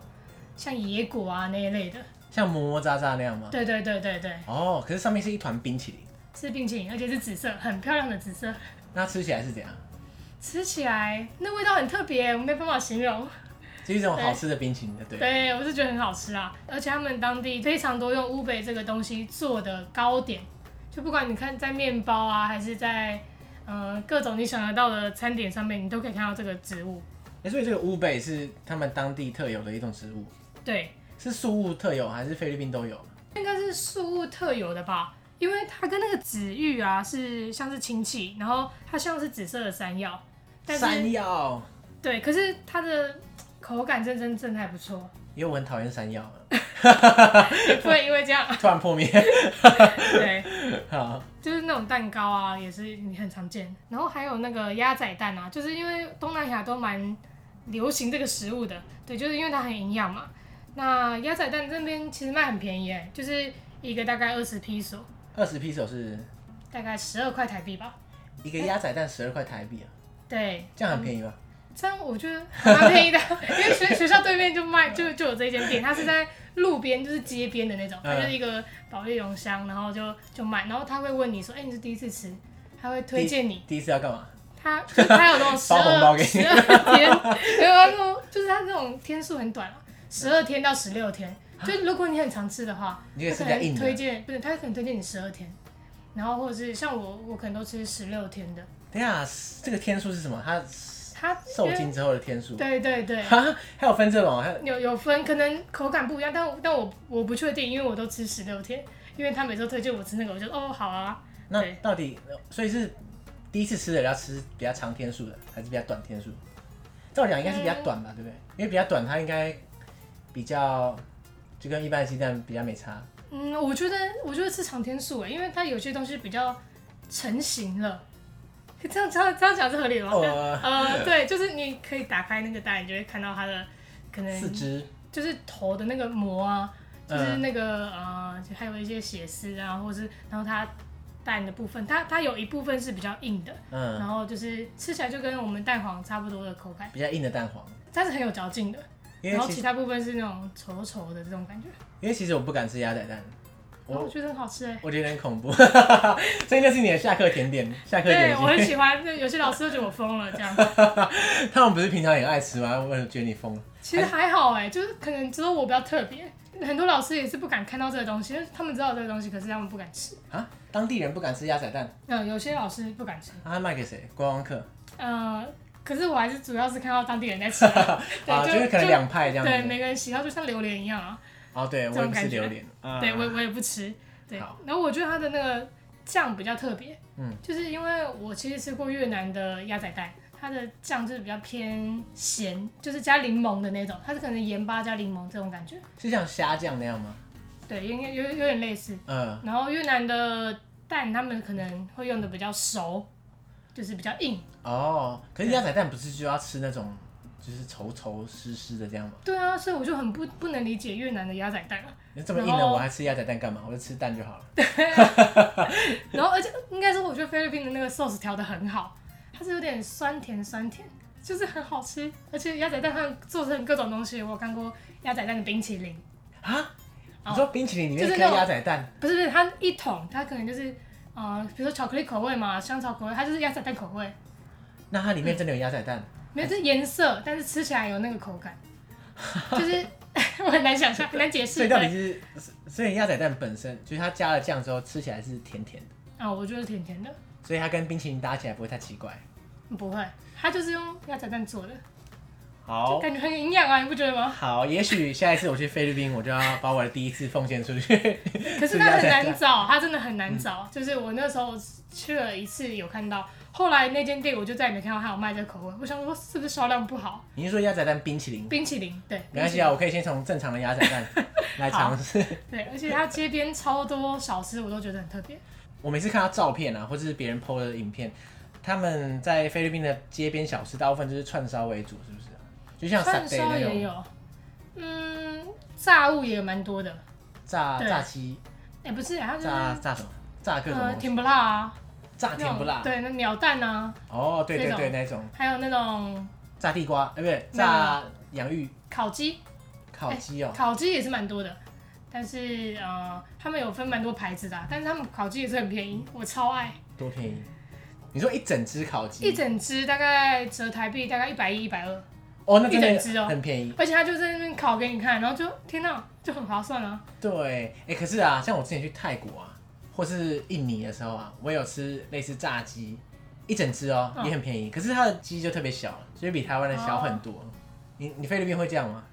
[SPEAKER 2] 像野果啊那一类的。
[SPEAKER 1] 像磨磨渣渣那样吗？
[SPEAKER 2] 对对对对对，
[SPEAKER 1] 哦，可是上面是一团冰淇淋，
[SPEAKER 2] 是冰淇淋，而且是紫色，很漂亮的紫色，
[SPEAKER 1] 那吃起来是怎样？
[SPEAKER 2] 吃起来那味道很特别，我没办法形容。
[SPEAKER 1] 是一种好吃的冰淇淋的，对。
[SPEAKER 2] 对，我是觉得很好吃啊，而且他们当地非常多用乌贝这个东西做的糕点，就不管你看在面包啊，还是在呃各种你想得到的餐点上面，你都可以看到这个植物。
[SPEAKER 1] 哎，所以这个乌贝是他们当地特有的一种植物，
[SPEAKER 2] 对，
[SPEAKER 1] 是树木特有还是菲律宾都有？
[SPEAKER 2] 应该是树木特有的吧，因为它跟那个紫玉啊是像是亲戚，然后它像是紫色的山药，但
[SPEAKER 1] 山
[SPEAKER 2] 是
[SPEAKER 1] 药，
[SPEAKER 2] 对，可是它的口感真真真的还不错，
[SPEAKER 1] 因为我很讨厌山 药，啊
[SPEAKER 2] 也不会因为这样
[SPEAKER 1] 突然破灭。
[SPEAKER 2] 对。
[SPEAKER 1] 好，
[SPEAKER 2] 就是那种蛋糕啊，也是你很常见。然后还有那个鸭仔蛋啊，就是因为东南亚都蛮流行这个食物的，对，就是因为它很营养嘛。那鸭仔蛋这边其实卖很便宜耶，就是一个大概二十披索，
[SPEAKER 1] 二十 p 手是
[SPEAKER 2] 大概十二块台币吧。
[SPEAKER 1] 一个鸭仔蛋十二块台币啊，
[SPEAKER 2] 对，
[SPEAKER 1] 这样很便宜吧？
[SPEAKER 2] 这样我觉得还蛮便 宜的，因为学学校对面就卖就就有这一间店，它是在路边，就是街边的那
[SPEAKER 1] 嗯
[SPEAKER 2] 种，它就是一个保利龙箱，然后就就卖，然后他会问你说，哎、你是第一次吃，他会推荐你。
[SPEAKER 1] 第一次要干嘛？
[SPEAKER 2] 他就是他有 那种十
[SPEAKER 1] 包红包
[SPEAKER 2] 二
[SPEAKER 1] 给你
[SPEAKER 2] 十二天，没有他说就是他这种天数很短啊十二天到十六天，就如果你很常吃的话，
[SPEAKER 1] 你可以
[SPEAKER 2] 他
[SPEAKER 1] 吃
[SPEAKER 2] 可
[SPEAKER 1] 比较硬
[SPEAKER 2] 能推
[SPEAKER 1] 的。
[SPEAKER 2] 荐不是他可能推荐你十二天，然后或者是像我我可能都吃十六天的，
[SPEAKER 1] 等一下这个天数是什么？它
[SPEAKER 2] 他
[SPEAKER 1] 受精之后的天数？
[SPEAKER 2] 对对对。
[SPEAKER 1] 哈，还有分这种？还有
[SPEAKER 2] 有有分，可能口感不一样，但但我我不确定，因为我都吃十六天，因为他每周推荐我吃那个，我就哦好啊，
[SPEAKER 1] 那
[SPEAKER 2] 对
[SPEAKER 1] 到底所以是第一次吃的要吃比较长天数的，还是比较短天数？照理讲应该是比较短吧，对
[SPEAKER 2] 嗯
[SPEAKER 1] 不对？因为比较短，它应该比较就跟一般的鸡蛋比较没差。
[SPEAKER 2] 嗯，我觉得我觉得吃长天素哎，因为它有些东西比较成型了。 这样这样这样讲是合理的吗？
[SPEAKER 1] 哦
[SPEAKER 2] 呃，对，就是你可以打开那个袋，你就会看到它的可
[SPEAKER 1] 四
[SPEAKER 2] 能
[SPEAKER 1] 肢，
[SPEAKER 2] 就是头的那个膜啊，就是
[SPEAKER 1] 嗯
[SPEAKER 2] 那个、呃，就还有一些血丝啊，或是然后它蛋的部分，它它有一部分是比较硬的，然
[SPEAKER 1] 嗯，
[SPEAKER 2] 后就是吃起来就跟我们蛋黄差不多的口感，
[SPEAKER 1] 比较硬的蛋黄。
[SPEAKER 2] 它是很有嚼劲的，
[SPEAKER 1] 因
[SPEAKER 2] 然
[SPEAKER 1] 为
[SPEAKER 2] 后
[SPEAKER 1] 其
[SPEAKER 2] 其
[SPEAKER 1] 实
[SPEAKER 2] 他部分是那种稠稠的这种感觉，
[SPEAKER 1] 因为其实我不敢吃鸭仔蛋，
[SPEAKER 2] 然
[SPEAKER 1] 我
[SPEAKER 2] 后我觉得很好吃哎。
[SPEAKER 1] 我觉得很恐怖， 这应该是你的下课甜点，下课
[SPEAKER 2] 对，
[SPEAKER 1] 点
[SPEAKER 2] 我很
[SPEAKER 1] 心。
[SPEAKER 2] 喜欢。就有些老师都觉得我疯了这样，
[SPEAKER 1] 他们不是平常也爱吃吗？我觉得你疯了。
[SPEAKER 2] 其实还好哎、就是可能只有我比较特别。很多老师也是不敢看到这个东西，因为他们知道这个东西，可是他们不敢吃。
[SPEAKER 1] 啊，当地人不敢吃鸭仔蛋，
[SPEAKER 2] 嗯，有些老师不敢吃。
[SPEAKER 1] 那、他卖给谁？观光客
[SPEAKER 2] 呃，可是我还是主要是看到当地人在吃啊、
[SPEAKER 1] 啊，就
[SPEAKER 2] 对，
[SPEAKER 1] 是可能两派这样
[SPEAKER 2] 对
[SPEAKER 1] 子。
[SPEAKER 2] 每个人喜好就像榴莲一样啊。
[SPEAKER 1] 哦，对，我
[SPEAKER 2] 这
[SPEAKER 1] 也
[SPEAKER 2] 种
[SPEAKER 1] 不吃
[SPEAKER 2] 感觉
[SPEAKER 1] 榴莲。啊
[SPEAKER 2] 对我也我也不吃。对
[SPEAKER 1] 好，
[SPEAKER 2] 然后我觉得它的那个酱比较特别，
[SPEAKER 1] 嗯，
[SPEAKER 2] 就是因为我其实吃过越南的鸭仔蛋，它的酱就是比较偏咸，就是加柠檬的那种，它是可能盐巴加柠檬这种感觉，
[SPEAKER 1] 是像虾酱那样吗？
[SPEAKER 2] 对，应该有有有点类似。
[SPEAKER 1] 嗯，
[SPEAKER 2] 然后越南的蛋他们可能会用的比较熟，就是比较硬。
[SPEAKER 1] 哦，可是鸭仔蛋不是就要吃那种就是稠稠湿湿的这样吗？
[SPEAKER 2] 对啊，所以我就很不不能理解越南的鸭仔蛋啊。
[SPEAKER 1] 你这么硬
[SPEAKER 2] 然
[SPEAKER 1] 了，
[SPEAKER 2] 后
[SPEAKER 1] 我还吃鸭仔蛋干嘛？我就吃蛋就好了。
[SPEAKER 2] 然后而且应该说，我觉得菲律宾的那个 sauce 调的很好，它是有点酸甜酸甜，就是很好吃。而且鸭仔蛋它们做成各种东西，我有看过鸭仔蛋的冰淇淋，
[SPEAKER 1] 啊？
[SPEAKER 2] 哦
[SPEAKER 1] 你说冰淇淋里面
[SPEAKER 2] 就是
[SPEAKER 1] 开
[SPEAKER 2] 那种
[SPEAKER 1] 鸭仔蛋？
[SPEAKER 2] 不是不是，它一桶它可能就是呃，比如说巧克力口味嘛，香草口味，它就是鸭仔蛋口味，
[SPEAKER 1] 那它里面真的有鸭仔蛋？
[SPEAKER 2] 没有就是颜色，但是吃起来有那个口感，就是 我很难想象，很难解
[SPEAKER 1] 所
[SPEAKER 2] 释。
[SPEAKER 1] 以到
[SPEAKER 2] 对
[SPEAKER 1] 底是，所以鸭仔蛋本身就是它加了酱之后吃起来是甜甜的，
[SPEAKER 2] 啊、我觉得甜甜的，
[SPEAKER 1] 所以它跟冰淇淋搭起来不会太奇怪。
[SPEAKER 2] 不会，它就是用鸭仔蛋做的，
[SPEAKER 1] 好，
[SPEAKER 2] 感觉很营养啊，你不觉得吗？
[SPEAKER 1] 好，也许下一次我去菲律宾，我就要把我的第一次奉献出去。
[SPEAKER 2] 可是它很难找，它真的很
[SPEAKER 1] 嗯
[SPEAKER 2] 难找。就是我那时候去了一次有看到，后来那间店我就再也没看到它有卖这个口味。我想说是不是销量不好？
[SPEAKER 1] 你是说鸭仔蛋冰淇淋？
[SPEAKER 2] 冰淇淋对，
[SPEAKER 1] 没关系啊，我可以先从正常的鸭仔 蛋来尝试。
[SPEAKER 2] 对，而且它街边超多小吃，我都觉得很特别。
[SPEAKER 1] 我每次看到照片啊，或者是别人 PO 的影片，他们在菲律宾的街边小吃，大部分就是串烧为主，是不是？就像
[SPEAKER 2] 串
[SPEAKER 1] Sunday
[SPEAKER 2] 烧
[SPEAKER 1] 那
[SPEAKER 2] 也
[SPEAKER 1] 种
[SPEAKER 2] 有，嗯，炸物也蛮多的。
[SPEAKER 1] 炸
[SPEAKER 2] 对
[SPEAKER 1] 炸鸡、
[SPEAKER 2] 哎、不是，它就是
[SPEAKER 1] 炸炸什么、炸各种
[SPEAKER 2] 呃
[SPEAKER 1] 东西
[SPEAKER 2] 甜不辣啊，
[SPEAKER 1] 炸甜不
[SPEAKER 2] 那种
[SPEAKER 1] 辣。
[SPEAKER 2] 对，那鸟蛋啊，
[SPEAKER 1] 哦，对对
[SPEAKER 2] 这种
[SPEAKER 1] 对，那种
[SPEAKER 2] 还有那种
[SPEAKER 1] 炸地瓜，哎，不对，
[SPEAKER 2] 没有
[SPEAKER 1] 炸洋芋、
[SPEAKER 2] 烤鸡，
[SPEAKER 1] 烤鸡哦。
[SPEAKER 2] 哎烤鸡也是蛮多的。但是呃，他们有分蛮多牌子的啊、但是他们烤鸡也是很便宜，我超爱。
[SPEAKER 1] 多便宜！你说一整只烤
[SPEAKER 2] 一
[SPEAKER 1] 鸡，
[SPEAKER 2] 整只大概折台币大概一百一、一百二，
[SPEAKER 1] 哦，那真
[SPEAKER 2] 一整只
[SPEAKER 1] 的
[SPEAKER 2] 哦
[SPEAKER 1] 很便宜。
[SPEAKER 2] 而且他就在那边烤给你看，然后就天哪，就很划算啊！
[SPEAKER 1] 对，哎，可是啊，像我之前去泰国啊，或是印尼的时候啊，我有吃类似炸鸡，一整只哦，
[SPEAKER 2] 嗯
[SPEAKER 1] 也很便宜，可是它的鸡就特别小，所以比台湾的小很多。
[SPEAKER 2] 哦
[SPEAKER 1] 你你菲律宾会这样吗？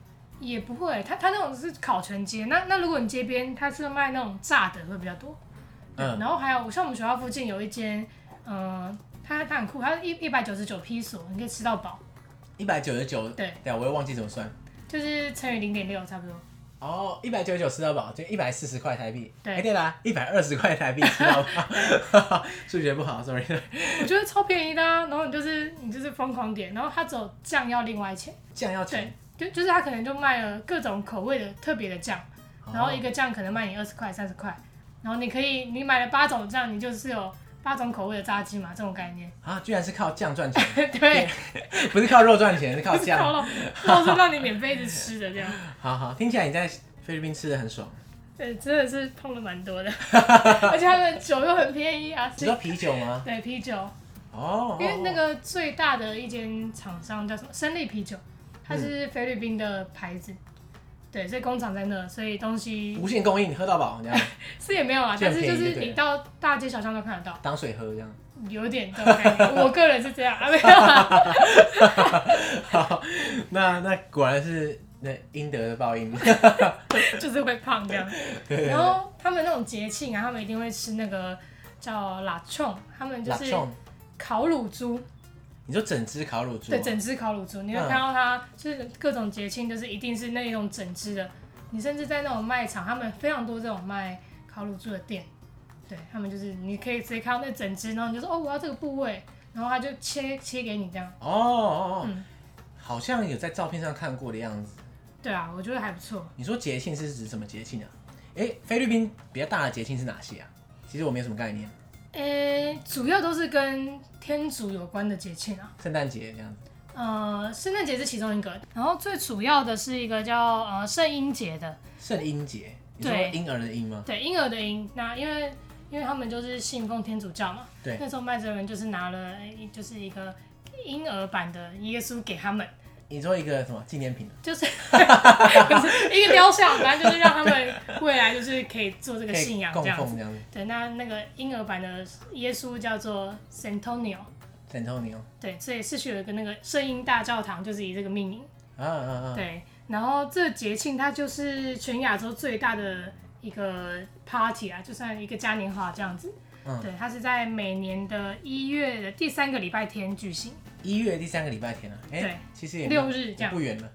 [SPEAKER 2] 也不会，他他那种是烤全街，那那如果你街边，他是卖那种炸的会比较多。对
[SPEAKER 1] 嗯
[SPEAKER 2] 然后还有像我们学校附近有一间，嗯、它它很酷，它一一百九十九披索，你可以吃到饱，
[SPEAKER 1] 一百九十九，
[SPEAKER 2] 对，
[SPEAKER 1] 对，啊我又忘记怎么算。
[SPEAKER 2] 就是乘以零点六差不多。
[SPEAKER 1] 哦，一百九十九吃到饱，就一百四十块台币。
[SPEAKER 2] 对
[SPEAKER 1] 哎对啦，一百二十块 台币吃到饱。 数学不好，sorry。
[SPEAKER 2] 我觉得超便宜的、啊，然后你就是你就是疯狂点，然后它只有酱要另外钱，
[SPEAKER 1] 酱要钱
[SPEAKER 2] 对，，就就是它可能就卖了各种口味的特别的酱，
[SPEAKER 1] 哦
[SPEAKER 2] 然后一个酱可能卖你二十块三十块，然后你可以你买了八种酱，你就是有八种口味的炸鸡嘛，这种概念。
[SPEAKER 1] 啊，居然是靠酱赚钱，
[SPEAKER 2] 对，
[SPEAKER 1] 不是靠肉赚钱，是靠
[SPEAKER 2] 不是烤
[SPEAKER 1] 酱。
[SPEAKER 2] 肉，肉是让你免费一直吃的这 样。
[SPEAKER 1] 好好，听起来你在菲律宾吃的很爽。
[SPEAKER 2] 对，真的是碰了蛮 多的，而且它的酒又很便宜啊。
[SPEAKER 1] 你说啤酒吗？
[SPEAKER 2] 对啤酒，
[SPEAKER 1] 哦，
[SPEAKER 2] 因为那
[SPEAKER 1] 哦
[SPEAKER 2] 个最大的一间厂商叫什么生力啤酒，它是菲律宾的牌子，对，所以工厂在那，所以东
[SPEAKER 1] 哦
[SPEAKER 2] 西
[SPEAKER 1] 无限供应，喝到饱， 这样
[SPEAKER 2] 是也没有啦，
[SPEAKER 1] 就
[SPEAKER 2] 但
[SPEAKER 1] 很
[SPEAKER 2] 是
[SPEAKER 1] 便宜
[SPEAKER 2] 就
[SPEAKER 1] 就是对
[SPEAKER 2] 你
[SPEAKER 1] 了
[SPEAKER 2] 到大街小巷都看得到，
[SPEAKER 1] 当水喝这样。
[SPEAKER 2] 有点这种概念。我个人是这样啊，没有啦，
[SPEAKER 1] 好，那那果然是那应得的 报应。
[SPEAKER 2] 就是会胖这样。
[SPEAKER 1] 对
[SPEAKER 2] 然后他们那种节庆啊，他们一定会吃那个叫拉冲，他们就
[SPEAKER 1] 拉
[SPEAKER 2] 是
[SPEAKER 1] 冲，
[SPEAKER 2] 烤乳猪。
[SPEAKER 1] 你说整只烤乳猪啊
[SPEAKER 2] 对，，整只烤乳猪，你会
[SPEAKER 1] 嗯
[SPEAKER 2] 看到它、就是各种节庆，就是一定是那种整只的。你甚至在那种卖场，他们非常多这种卖烤乳猪的店，对他们就是你可以直接看到那整只，然后你就说哦，我要这个部位，然后他就切切给你这样。
[SPEAKER 1] 哦哦哦
[SPEAKER 2] 嗯，
[SPEAKER 1] 好像有在照片上看过的样子。
[SPEAKER 2] 对啊，我觉得还不错。
[SPEAKER 1] 你说节庆是指什么节庆啊？哎，菲律宾比较大的节庆是哪些啊？其实我没有什么概念，
[SPEAKER 2] 诶，主要都是跟天主有关的节庆啊。
[SPEAKER 1] 圣诞节这样子。
[SPEAKER 2] 呃，圣诞节是其中一个，然后最主要的是一个叫呃圣婴节的，
[SPEAKER 1] 圣婴节，你说
[SPEAKER 2] 对
[SPEAKER 1] 婴儿的婴吗？
[SPEAKER 2] 对婴儿的婴，那因为因为他们就是信奉天主教嘛，
[SPEAKER 1] 对
[SPEAKER 2] 那时候麦哲伦就是拿了诶就是一个婴儿版的耶稣给他们，
[SPEAKER 1] 你说一个什么纪念品？
[SPEAKER 2] 就是 就是一个雕像，反正就是让他们未来就是可以做这
[SPEAKER 1] 可
[SPEAKER 2] 个
[SPEAKER 1] 以
[SPEAKER 2] 信仰
[SPEAKER 1] 供
[SPEAKER 2] 这样
[SPEAKER 1] 奉
[SPEAKER 2] 子。
[SPEAKER 1] 这样子。
[SPEAKER 2] 对，那那个婴儿版的耶稣叫做 Santonio，
[SPEAKER 1] 圣托尼哦，
[SPEAKER 2] 对，所以市区有一个那个圣婴大教堂，就是以这个命名。
[SPEAKER 1] 啊啊啊！
[SPEAKER 2] 对，然后这个节庆它就是全亚洲最大的一个 party 啊，就算一个嘉年华这样子。
[SPEAKER 1] 嗯
[SPEAKER 2] 对，它是在每年的一月的第三个礼拜天举行。
[SPEAKER 1] 一月第三个礼拜天啊，哎、
[SPEAKER 2] 对
[SPEAKER 1] 其实也
[SPEAKER 2] 六日这
[SPEAKER 1] 也
[SPEAKER 2] 样
[SPEAKER 1] 不远了。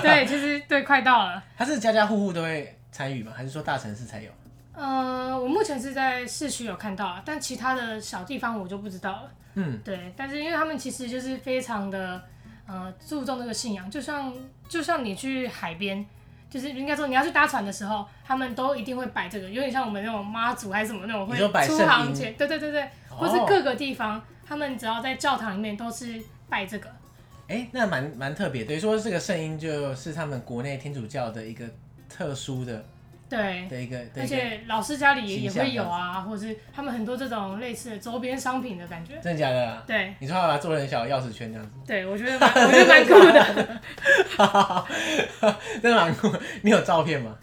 [SPEAKER 2] 对，其实对，快到了。
[SPEAKER 1] 它是家家户户都会参与吗？还是说大城市才有？
[SPEAKER 2] 呃，我目前是在市区有看到啊，但其他的小地方我就不知道了。
[SPEAKER 1] 嗯，
[SPEAKER 2] 对，但是因为他们其实就是非常的呃注重这个信仰，就像就像你去海边，就是应该说你要去搭船的时候，他们都一定会摆这个，有点像我们那种妈祖还是什么那种会
[SPEAKER 1] 你说摆
[SPEAKER 2] 出
[SPEAKER 1] 圣哦
[SPEAKER 2] 航
[SPEAKER 1] 婴
[SPEAKER 2] 前，对对对对，或是各个地方，他们只要在教堂里面都是拜这个。
[SPEAKER 1] 哎、那蛮蛮特别，等于说这个圣婴就是他们国内天主教的一个特殊的
[SPEAKER 2] 对，
[SPEAKER 1] 的一个的
[SPEAKER 2] 而
[SPEAKER 1] 一个，
[SPEAKER 2] 且老师家里也
[SPEAKER 1] 形
[SPEAKER 2] 也
[SPEAKER 1] 象
[SPEAKER 2] 会有
[SPEAKER 1] 这
[SPEAKER 2] 啊，或者是他们很多这种类似的周边商品的感觉。
[SPEAKER 1] 真的假的、啊？
[SPEAKER 2] 对，
[SPEAKER 1] 你说他把它做成小钥匙圈这样子，
[SPEAKER 2] 对我觉得蛮我觉得蛮酷的。
[SPEAKER 1] 真的蛮酷。你有照片吗？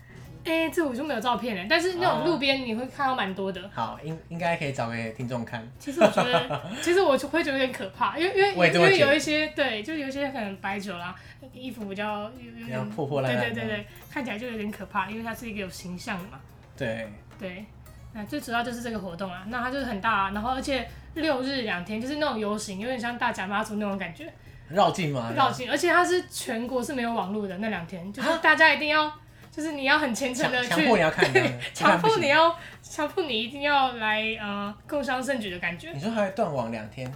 [SPEAKER 2] 哎、这我就没有照片了，但是那
[SPEAKER 1] 哦
[SPEAKER 2] 种路边你会看到蛮多的。
[SPEAKER 1] 好，应应该可以找给听众看。
[SPEAKER 2] 其实我觉得， 其实我就会觉得有点可怕，因为因
[SPEAKER 1] 我也
[SPEAKER 2] 为
[SPEAKER 1] 这
[SPEAKER 2] 因
[SPEAKER 1] 么
[SPEAKER 2] 为
[SPEAKER 1] 觉得
[SPEAKER 2] 有一些对，就有一些可能白酒啦，衣服比较有有
[SPEAKER 1] 比较
[SPEAKER 2] 点
[SPEAKER 1] 破破烂烂
[SPEAKER 2] 对对
[SPEAKER 1] 这
[SPEAKER 2] 对对，看起来就有点可怕，因为它是一个有形象的嘛。
[SPEAKER 1] 对，
[SPEAKER 2] 对，那最主要就是这个活动啦，那它就是很大、啊，然后而且六日两天就是那种游行，有点像大甲妈祖那种感觉，
[SPEAKER 1] 绕境吗？
[SPEAKER 2] 绕境，而且它是全国是没有网络的那两天，就是大家一定要，就是你要很虔诚
[SPEAKER 1] 强
[SPEAKER 2] 的
[SPEAKER 1] 啊强
[SPEAKER 2] 去
[SPEAKER 1] 迫你要看这样
[SPEAKER 2] 对
[SPEAKER 1] 子，，
[SPEAKER 2] 强迫你
[SPEAKER 1] 要。
[SPEAKER 2] 要，强迫你一定要来呃共襄盛举的感觉。
[SPEAKER 1] 你说还会断网两天，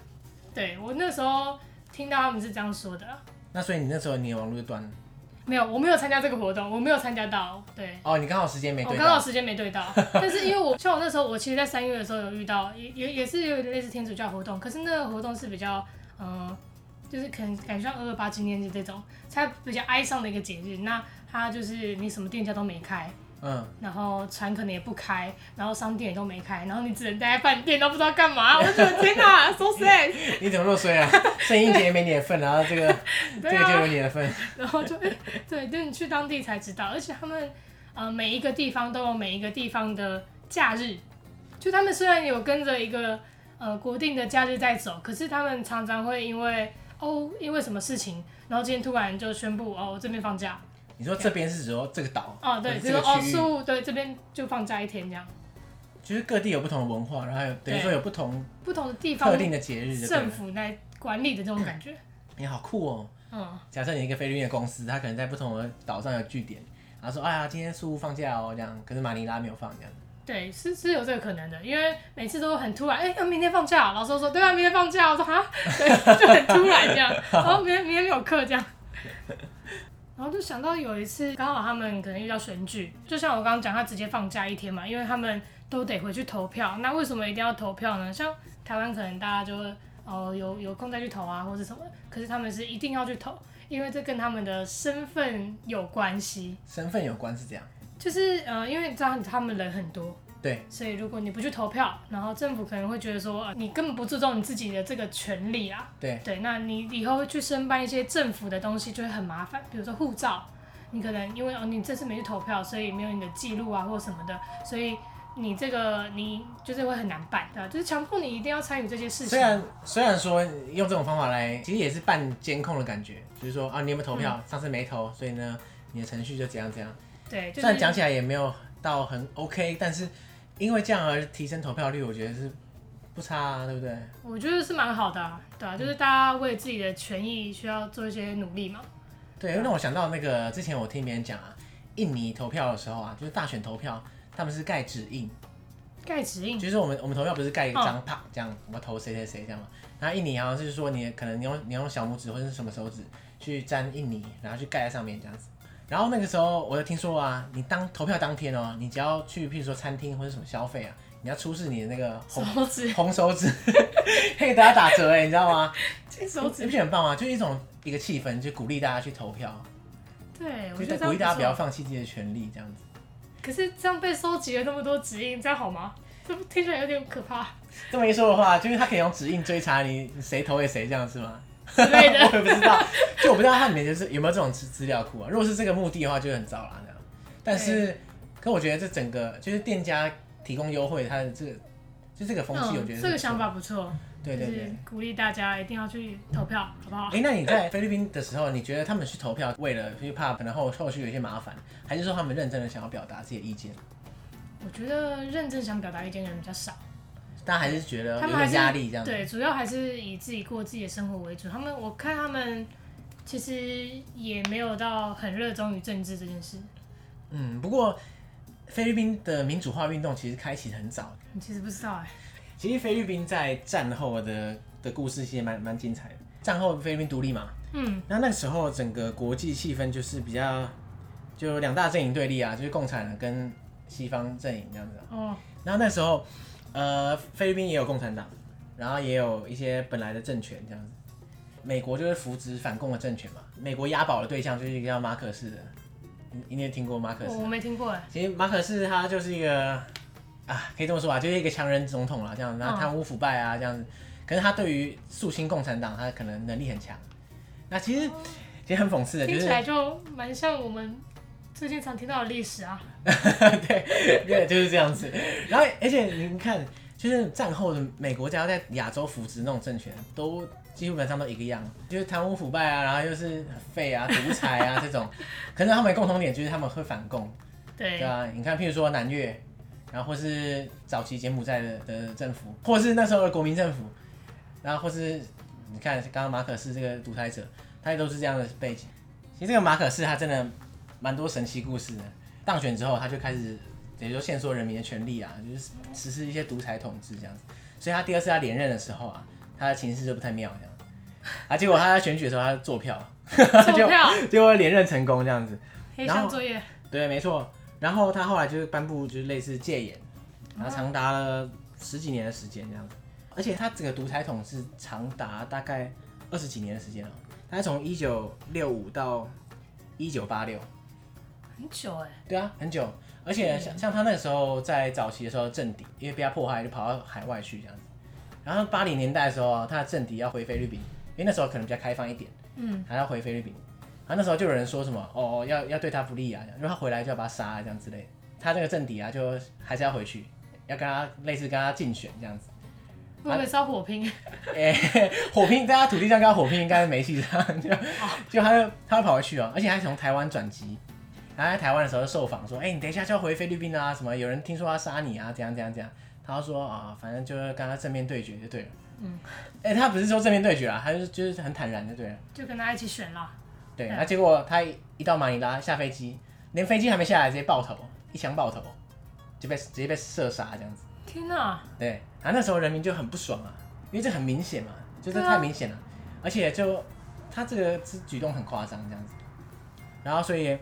[SPEAKER 2] 对我那时候听到他们是这样说的啦，
[SPEAKER 1] 那所以你那时候你的网络就断了。
[SPEAKER 2] 没有，我没有参加这个活动，我没有参加到，对。
[SPEAKER 1] 哦，你刚好时间没
[SPEAKER 2] 我
[SPEAKER 1] 对
[SPEAKER 2] 刚好
[SPEAKER 1] 到。
[SPEAKER 2] 时间没 对到，但是因为我像我那时候，我其实，在三月的时候有遇到，也也也是有点类似天主教活动，可是那个活动是比较，嗯、就是可能感觉像二二八纪念日这种，才比较哀伤的一个节日。那它就是你什么店家都没开，
[SPEAKER 1] 嗯，
[SPEAKER 2] 然后船可能也不开，然后商店也都没开，然后你只能待在饭店，都不知道干嘛。我就觉得天哪，so sad。
[SPEAKER 1] 你怎么那么 衰啊？圣婴节没你的份，然后这个、这
[SPEAKER 2] 对
[SPEAKER 1] 个就
[SPEAKER 2] 啊，
[SPEAKER 1] 有你的份。
[SPEAKER 2] 然后就哎对，就你去当地才知道，而且他们呃每一个地方都有每一个地方的假日，就他们虽然有跟着一个呃国定的假日在走，可是他们常常会因为哦因为什么事情，然后今天突然就宣布哦这边放假，
[SPEAKER 1] 你说这边是指说这个岛
[SPEAKER 2] 哦
[SPEAKER 1] 或
[SPEAKER 2] 对，
[SPEAKER 1] 者
[SPEAKER 2] 比如
[SPEAKER 1] 这个
[SPEAKER 2] 说哦
[SPEAKER 1] 区域
[SPEAKER 2] 事，务对这边就放假一天这样，
[SPEAKER 1] 就是各地有不同的文化，然后还有等于
[SPEAKER 2] 对
[SPEAKER 1] 说有不同
[SPEAKER 2] 不同的地方
[SPEAKER 1] 特定的节日就对了
[SPEAKER 2] 政府来管理的这种感觉，
[SPEAKER 1] 你好酷哦！
[SPEAKER 2] 嗯，
[SPEAKER 1] 假设你一个菲律宾的公司，它可能在不同的岛上有据点，然后说，哎呀，今天宿务放假哦，这样，可是马尼拉没有放这样。
[SPEAKER 2] 对，是是有这个可能的，因为每次都很突然，哎、那明天放假，老师都说对啊，明天放假，我说哈， 对，就很突然这样，然后明天明天没有课这样，然后就想到有一次刚好他们可能遇到选举，就像我刚刚讲，他直接放假一天嘛，因为他们都得回去投票，那为什么一定要投票呢？像台湾可能大家就会哦有有空再去投啊，或者什么，可是他们是一定要去投，因为这跟他们的身份有关系，
[SPEAKER 1] 身份有关是这样，
[SPEAKER 2] 就是呃，因为你知道他们人很多。
[SPEAKER 1] 对，
[SPEAKER 2] 所以如果你不去投票，然后政府可能会觉得说，呃你根本不注重你自己的这个权利啊。
[SPEAKER 1] 对，
[SPEAKER 2] 对，那你以后去申办一些政府的东西就会很麻烦，比如说护照，你可能因为哦你这次没去投票，所以没有你的记录啊或什么的，所以你这个你就是会很难办的，就是强迫你一定要参与这些事
[SPEAKER 1] 虽
[SPEAKER 2] 情。
[SPEAKER 1] 然虽然说用这种方法来，其实也是半监控的感觉，就是说啊，你有没有投票？上次没投，所以呢，你的程序就怎样怎样。
[SPEAKER 2] 对，就
[SPEAKER 1] 虽然讲
[SPEAKER 2] 是
[SPEAKER 1] 起来也没有到很 OK，但是因为这样而提升投票率，我觉得是不差、啊，对不对？
[SPEAKER 2] 我觉得是蛮好的啊、对啊，就是大家为自己的权益需要做一些努力嘛。
[SPEAKER 1] 对，让我想到那个之前我听别人讲啊，印尼投票的时候啊，就是大选投票，他们是盖指印，
[SPEAKER 2] 盖指印，
[SPEAKER 1] 就是我们我们投票不是盖一张啪、这样，我们投谁谁谁这样嘛。然后印尼好像是说你可能你用你用小拇指或者是什么手指去沾印尼，然后去盖在上面这样子。然后那个时候我就听说啊，你当投票当天哦，你只要去譬如说餐厅或者什么消费啊，你要出示你的那个
[SPEAKER 2] 手
[SPEAKER 1] 红
[SPEAKER 2] 指，
[SPEAKER 1] 红手指，可以给大家打折哎、你知道吗？
[SPEAKER 2] 金
[SPEAKER 1] 你
[SPEAKER 2] 手
[SPEAKER 1] 不
[SPEAKER 2] 指，
[SPEAKER 1] 觉得很棒吗？就是一种一个气氛，就鼓励大家去投票，
[SPEAKER 2] 对，我
[SPEAKER 1] 就
[SPEAKER 2] 觉得
[SPEAKER 1] 是
[SPEAKER 2] 这
[SPEAKER 1] 鼓
[SPEAKER 2] 样
[SPEAKER 1] 励大家
[SPEAKER 2] 不
[SPEAKER 1] 不
[SPEAKER 2] 错
[SPEAKER 1] 要放弃自己的权利这样子。
[SPEAKER 2] 可是这样被收集了那么多指印，这样好吗？这不听起来有点可 怕
[SPEAKER 1] 这么一说的话，就是他可以用指印追查你谁投给谁这样是吗？
[SPEAKER 2] 之类的。
[SPEAKER 1] 我也不知道，就我不知道它里面就是有没有这种资资料库啊。如果是这个目的的话，就很糟啦那样。但是，可我觉得这整个就是店家提供优惠，它的这个就这个风气，我觉得是不错、
[SPEAKER 2] 嗯这个想法不错，
[SPEAKER 1] 对对
[SPEAKER 2] 就
[SPEAKER 1] 对。
[SPEAKER 2] 是鼓励大家一定要去投票，好不好
[SPEAKER 1] 哎、？那你在菲律宾的时候，你觉得他们去投票，为了就是怕可能后后续有一些麻烦，还是说他们认真的想要表达自己的意见？
[SPEAKER 2] 我觉得认真想表达意见的人比较少，
[SPEAKER 1] 但还是觉得
[SPEAKER 2] 他
[SPEAKER 1] 有
[SPEAKER 2] 们
[SPEAKER 1] 点
[SPEAKER 2] 还是
[SPEAKER 1] 压力这样子。
[SPEAKER 2] 对，主要还是以自己过自己的生活为主。他们我看他们其实也没有到很热衷于政治这件事，
[SPEAKER 1] 嗯，不过菲律宾的民主化运动其实开启得很早，
[SPEAKER 2] 你其实不知道哎、
[SPEAKER 1] 其实菲律宾在战后的的故事其实蛮蛮精彩的。战后菲律宾独立嘛，
[SPEAKER 2] 嗯，
[SPEAKER 1] 那那个时候整个国际气氛就是比较，就两大阵营对立啊，就是共产跟西方阵营这样子啊、
[SPEAKER 2] 哦，
[SPEAKER 1] 然后那时候，呃，菲律宾也有共产党，然后也有一些本来的政权这样子。美国就是扶植反共的政权嘛，美国押宝的对象就是一个叫马可仕的，你你也听过马可仕
[SPEAKER 2] 我？我没听过哎、
[SPEAKER 1] 其实马可仕他就是一个啊，可以这么说吧，就是一个强人总统啦，这样子，然
[SPEAKER 2] 哦
[SPEAKER 1] 后贪污腐败啊这样子。可是他对于肃清共产党，他可能能力很强。那其实其实很讽刺的，就
[SPEAKER 2] 哦听
[SPEAKER 1] 是
[SPEAKER 2] 起来就蛮像我们最近常听到的历史啊。
[SPEAKER 1] 对 对，就是这样子。然后，而且您看，就是战后的美国家在亚洲扶植那种政权，都基本上都一个样，就是贪污腐败啊，然后又是废啊、独裁啊这 种。可是他们的共同点就是他们会反共，对
[SPEAKER 2] 对，
[SPEAKER 1] 啊。你看，譬如说南越，然后或是早期柬埔寨的的政府，或是那时候的国民政府，然后或是你看刚刚马可仕这个独裁者，他也都是这样的背景。其实这个马可仕他真的蛮多神奇故事的。当选之后，他就开始等于说限缩人民的权利啊，就是实施一些独裁统治这样子。所以他第二次他连任的时候啊，他的情势就不太妙这样。啊，结果他在选举的时候他就坐票，
[SPEAKER 2] 投票。
[SPEAKER 1] 结果连任成功这样子。
[SPEAKER 2] 黑
[SPEAKER 1] 然
[SPEAKER 2] 箱
[SPEAKER 1] 后
[SPEAKER 2] 作业，
[SPEAKER 1] 对，没错。然后他后来就是颁布就是类似戒严，然后长达了十几年的时间这样子。而且他整个独裁统治长达大概二十几年的时间了，他从一九六五到一九八六，
[SPEAKER 2] 很久哎、
[SPEAKER 1] 对啊，很久。而且像像他那个时候在早期的时候政敌，因为被他迫害就跑到海外去这样子。然后八零年代的时候啊，他的政敌要回菲律宾，因为那时候可能比较开放一点，
[SPEAKER 2] 嗯，
[SPEAKER 1] 还要回菲律宾。然后那时候就有人说什么哦，要要对他不利啊，这样如果他回来就要把他杀啊，这样之类的。他这个政敌啊，就还是要回去，要跟他类似跟他竞选这样子。
[SPEAKER 2] 会不会是要火拼？
[SPEAKER 1] 哎、火拼在他土地上跟他火拼应该是没戏上，就就他就他会跑回去哦，而且还从台湾转机。然后在台湾的时候受访说，哎、你等一下就要回菲律宾啦、啊，什么有人听说要杀你啊，怎样怎样怎样。他就说啊，反正就是跟他正面对决就对了。嗯，哎、他不是说正面对决啊，他就是就是很坦然就对了。
[SPEAKER 2] 就跟他一起选啦。
[SPEAKER 1] 对，
[SPEAKER 2] 对
[SPEAKER 1] 然后结果他一一到马尼拉下飞机，连飞机还没下来，直接爆头，一枪爆头，就被直接被射杀这样子。
[SPEAKER 2] 天哪！
[SPEAKER 1] 对，然后那时候人民就很不爽啊，因为这很明显嘛，就这
[SPEAKER 2] 对啊
[SPEAKER 1] 太明显了，而且就他这个这举动很夸张这样子，然后所以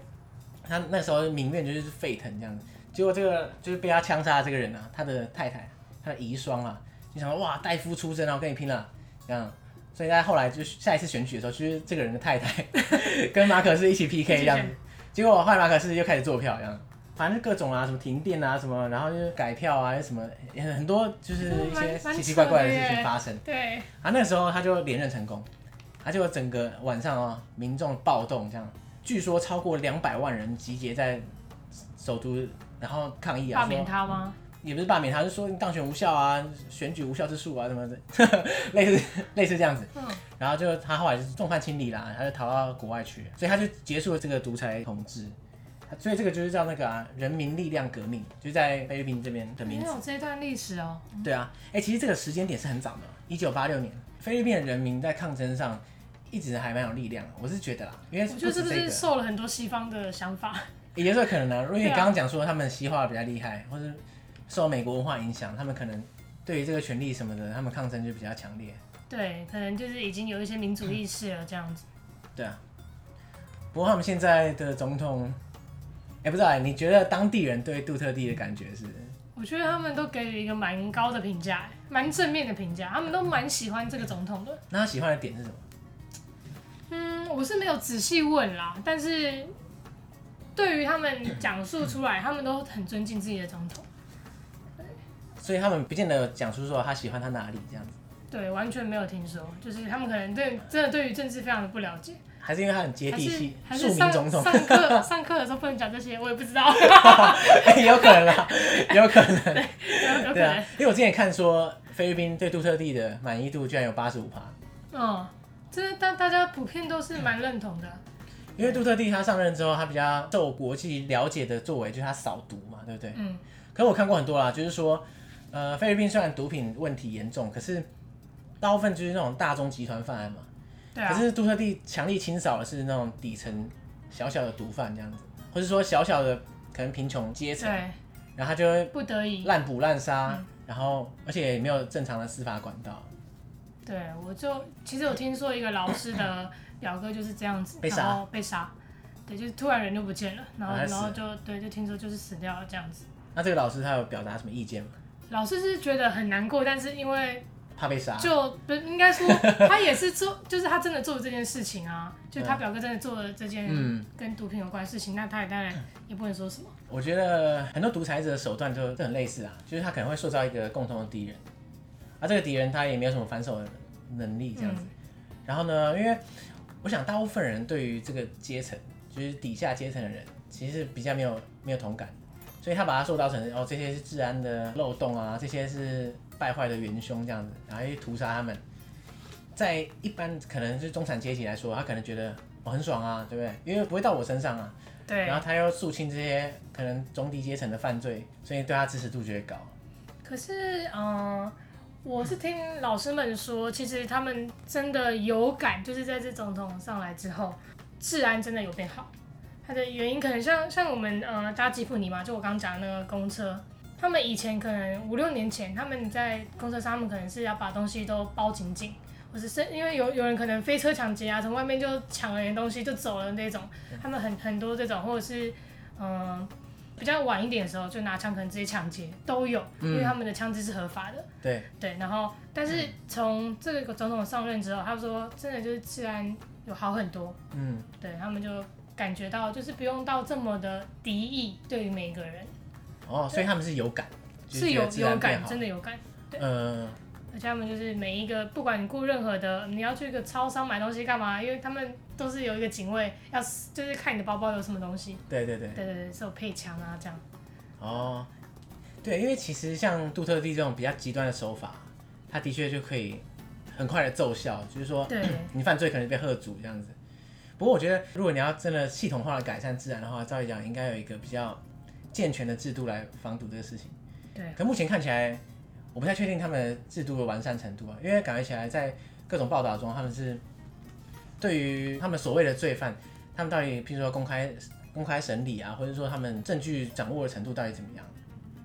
[SPEAKER 1] 他那时候民怨就是沸腾这样子，结果这个就是被他枪杀的这个人啊，他的太太，他的遗孀啊，就想说哇，戴夫出征啊，我跟你拼了这样。所以在后来就是下一次选举的时候，就是这个人的太太 跟马可斯一起 PK 这样子，结果后来马可斯又开始做票这样，反正各种啊，什么停电啊，什么，然后就是改票啊，什么很很多就是一些
[SPEAKER 2] 嗯蛮
[SPEAKER 1] 奇奇怪怪的事
[SPEAKER 2] 蛮扯的
[SPEAKER 1] 情
[SPEAKER 2] 耶
[SPEAKER 1] 发生。
[SPEAKER 2] 对，
[SPEAKER 1] 啊，那时候他就连任成功，啊，结果整个晚上啊，民众暴动这样，据说超过两百万人集结在首都，然后抗议啊，
[SPEAKER 2] 罢
[SPEAKER 1] 说
[SPEAKER 2] 免他吗？
[SPEAKER 1] 也不是罢免他，就说你当选无效啊，选举无效之术啊，什么的， 类似类似这样子。
[SPEAKER 2] 嗯
[SPEAKER 1] 然后就他后来就是众叛亲离啦，他就逃到国外去了，所以他就结束了这个独裁统治。所以这个就是叫那个、啊、人民力量革命，就是在菲律宾这边的名
[SPEAKER 2] 没
[SPEAKER 1] 字。
[SPEAKER 2] 有这段历史哦。
[SPEAKER 1] 对啊，哎、其实这个时间点是很早的，一九八六年，菲律宾的人民在抗争上一直还蛮有力量的，我是觉得啦，因为
[SPEAKER 2] 我觉得是不
[SPEAKER 1] 不止这
[SPEAKER 2] 是
[SPEAKER 1] 个
[SPEAKER 2] 受了很多西方的想 法？
[SPEAKER 1] 也是有可能的、啊。如果你
[SPEAKER 2] 对啊
[SPEAKER 1] 刚刚讲说他们西化比较厉害，或者受美国文化影响，他们可能对于这个权利什么的，他们抗争就比较强烈。
[SPEAKER 2] 对，可能就是已经有一些民族意识了这样子。
[SPEAKER 1] 对啊，不过他们现在的总统，哎、不知道、哎，你觉得当地人对杜特地的感觉是？
[SPEAKER 2] 我觉得他们都给予一个蛮高的评价，蛮正面的评价，他们都蛮喜欢这个总统的。
[SPEAKER 1] 那他喜欢的点是什么？
[SPEAKER 2] 嗯，我是没有仔细问啦，但是对于他们讲述出来，他们都很尊敬自己的总统，
[SPEAKER 1] 所以他们不见得讲出说他喜欢他哪里这样子，
[SPEAKER 2] 对，完全没有听说，就是他们可能对真的对于政治非常的不了解，
[SPEAKER 1] 还是因为他很接
[SPEAKER 2] 还
[SPEAKER 1] 地
[SPEAKER 2] 是
[SPEAKER 1] 气，
[SPEAKER 2] 还
[SPEAKER 1] 庶
[SPEAKER 2] 是
[SPEAKER 1] 民
[SPEAKER 2] 上
[SPEAKER 1] 总统。啊
[SPEAKER 2] 上课上课的时候不能讲这些，我也不知道，
[SPEAKER 1] 有可能啦，有可能，
[SPEAKER 2] 有有可
[SPEAKER 1] 对啊
[SPEAKER 2] 能，，
[SPEAKER 1] 因为我之前看说菲律宾对杜特地的满意度居然有八十五趴，
[SPEAKER 2] 嗯，这大大家普遍都是蛮认同的，
[SPEAKER 1] 因为杜特地他上任之后，他比较受国际了解的作为就是他扫毒嘛，对不对？
[SPEAKER 2] 嗯，
[SPEAKER 1] 可是我看过很多啦，就是说，呃，菲律宾虽然毒品问题严重，可是大部分就是那种大宗集团犯案嘛，
[SPEAKER 2] 对啊
[SPEAKER 1] 可，是杜特地强力清扫的是那种底层小小的毒贩这样子，或是说小小的可能贫穷阶层，
[SPEAKER 2] 对，
[SPEAKER 1] 然后他就会
[SPEAKER 2] 不得已，
[SPEAKER 1] 滥捕滥杀，
[SPEAKER 2] 嗯
[SPEAKER 1] 然后而且也没有正常的司法管道，
[SPEAKER 2] 对，我就其实我听说一个老师的表哥就是这样子，
[SPEAKER 1] 被杀
[SPEAKER 2] 然后被杀，对，就是突然人就不见了，然后
[SPEAKER 1] 啊他
[SPEAKER 2] 然后
[SPEAKER 1] 死
[SPEAKER 2] 就对，就听说就是死掉了这样子。
[SPEAKER 1] 那这个老师他有表达什么意见吗？
[SPEAKER 2] 老师是觉得很难过，但是因为
[SPEAKER 1] 怕被杀？
[SPEAKER 2] 就不应该说他也是做，就是他真的做了这件事情啊，就他表哥真的做了这件
[SPEAKER 1] 嗯
[SPEAKER 2] 跟毒品有关的事情，那他也当然也不能说什么。
[SPEAKER 1] 我觉得很多独裁者的手段就就很类似啊，就是他可能会塑造一个共同的敌人，啊，这个敌人他也没有什么反手的能力这样子。然后呢，因为我想大部分人对于这个阶层，就是底下阶层的人，其实比较没有没有同感，所以他把它塑造成哦，这些是治安的漏洞啊，这些是败坏的元凶这样子，然后去屠杀他们。在一般可能是中产阶级来说，他可能觉得我、哦很爽啊，对不对？因为不会到我身上啊，
[SPEAKER 2] 对
[SPEAKER 1] 然，后他又肃清这些可能中低阶层的犯罪，所以对他支持度就会高。
[SPEAKER 2] 可是，嗯、我是听老师们说，其实他们真的有感，就是在这总统上来之后，治安真的有变好。它的原因可能像像我们呃搭吉普尼嘛，就我刚讲的那个公车，他们以前可能五六年前，他们在公车上，他们可能是要把东西都包紧紧，或者是因为有有人可能飞车抢劫啊，从外面就抢了点东西就走了那种，他们很很多这种，或者是嗯、呃比较晚一点的时候就拿枪可能直接抢劫都有，因为他们的枪支是合法的。
[SPEAKER 1] 对，
[SPEAKER 2] 对，然后但是从这个总统上任之后，他说真的就是治安有好很多，
[SPEAKER 1] 嗯，
[SPEAKER 2] 对他们就感觉到就是不用到这么的敌意对于每个人，
[SPEAKER 1] 哦，所以他们是有感，就是
[SPEAKER 2] 有有感，真
[SPEAKER 1] 的。
[SPEAKER 2] 的有感。
[SPEAKER 1] 呃，
[SPEAKER 2] 而且他们就是每一个，不管你雇任何的，你要去一个超商买东西干嘛？因为他们都是有一个警卫，要就是看你的包包有什么东西，
[SPEAKER 1] 对对对，
[SPEAKER 2] 对对对，是有配枪啊这样。
[SPEAKER 1] 哦，对，因为其实像杜特地这种比较极端的手法，他的确就可以很快的奏效，就是说
[SPEAKER 2] 对，
[SPEAKER 1] 你犯罪可能被喝阻这样子。不过我觉得，如果你要真的系统化的改善治安的话，照理讲应该有一个比较健全的制度来防堵这个事情。
[SPEAKER 2] 对，
[SPEAKER 1] 可目前看起来，我不太确定他们的制度的完善程度啊，因为感觉起来在各种报道中，他们是对于他们所谓的罪犯，他们到底譬如说公开公开审理啊，或者说他们证据掌握的程度到底怎么样？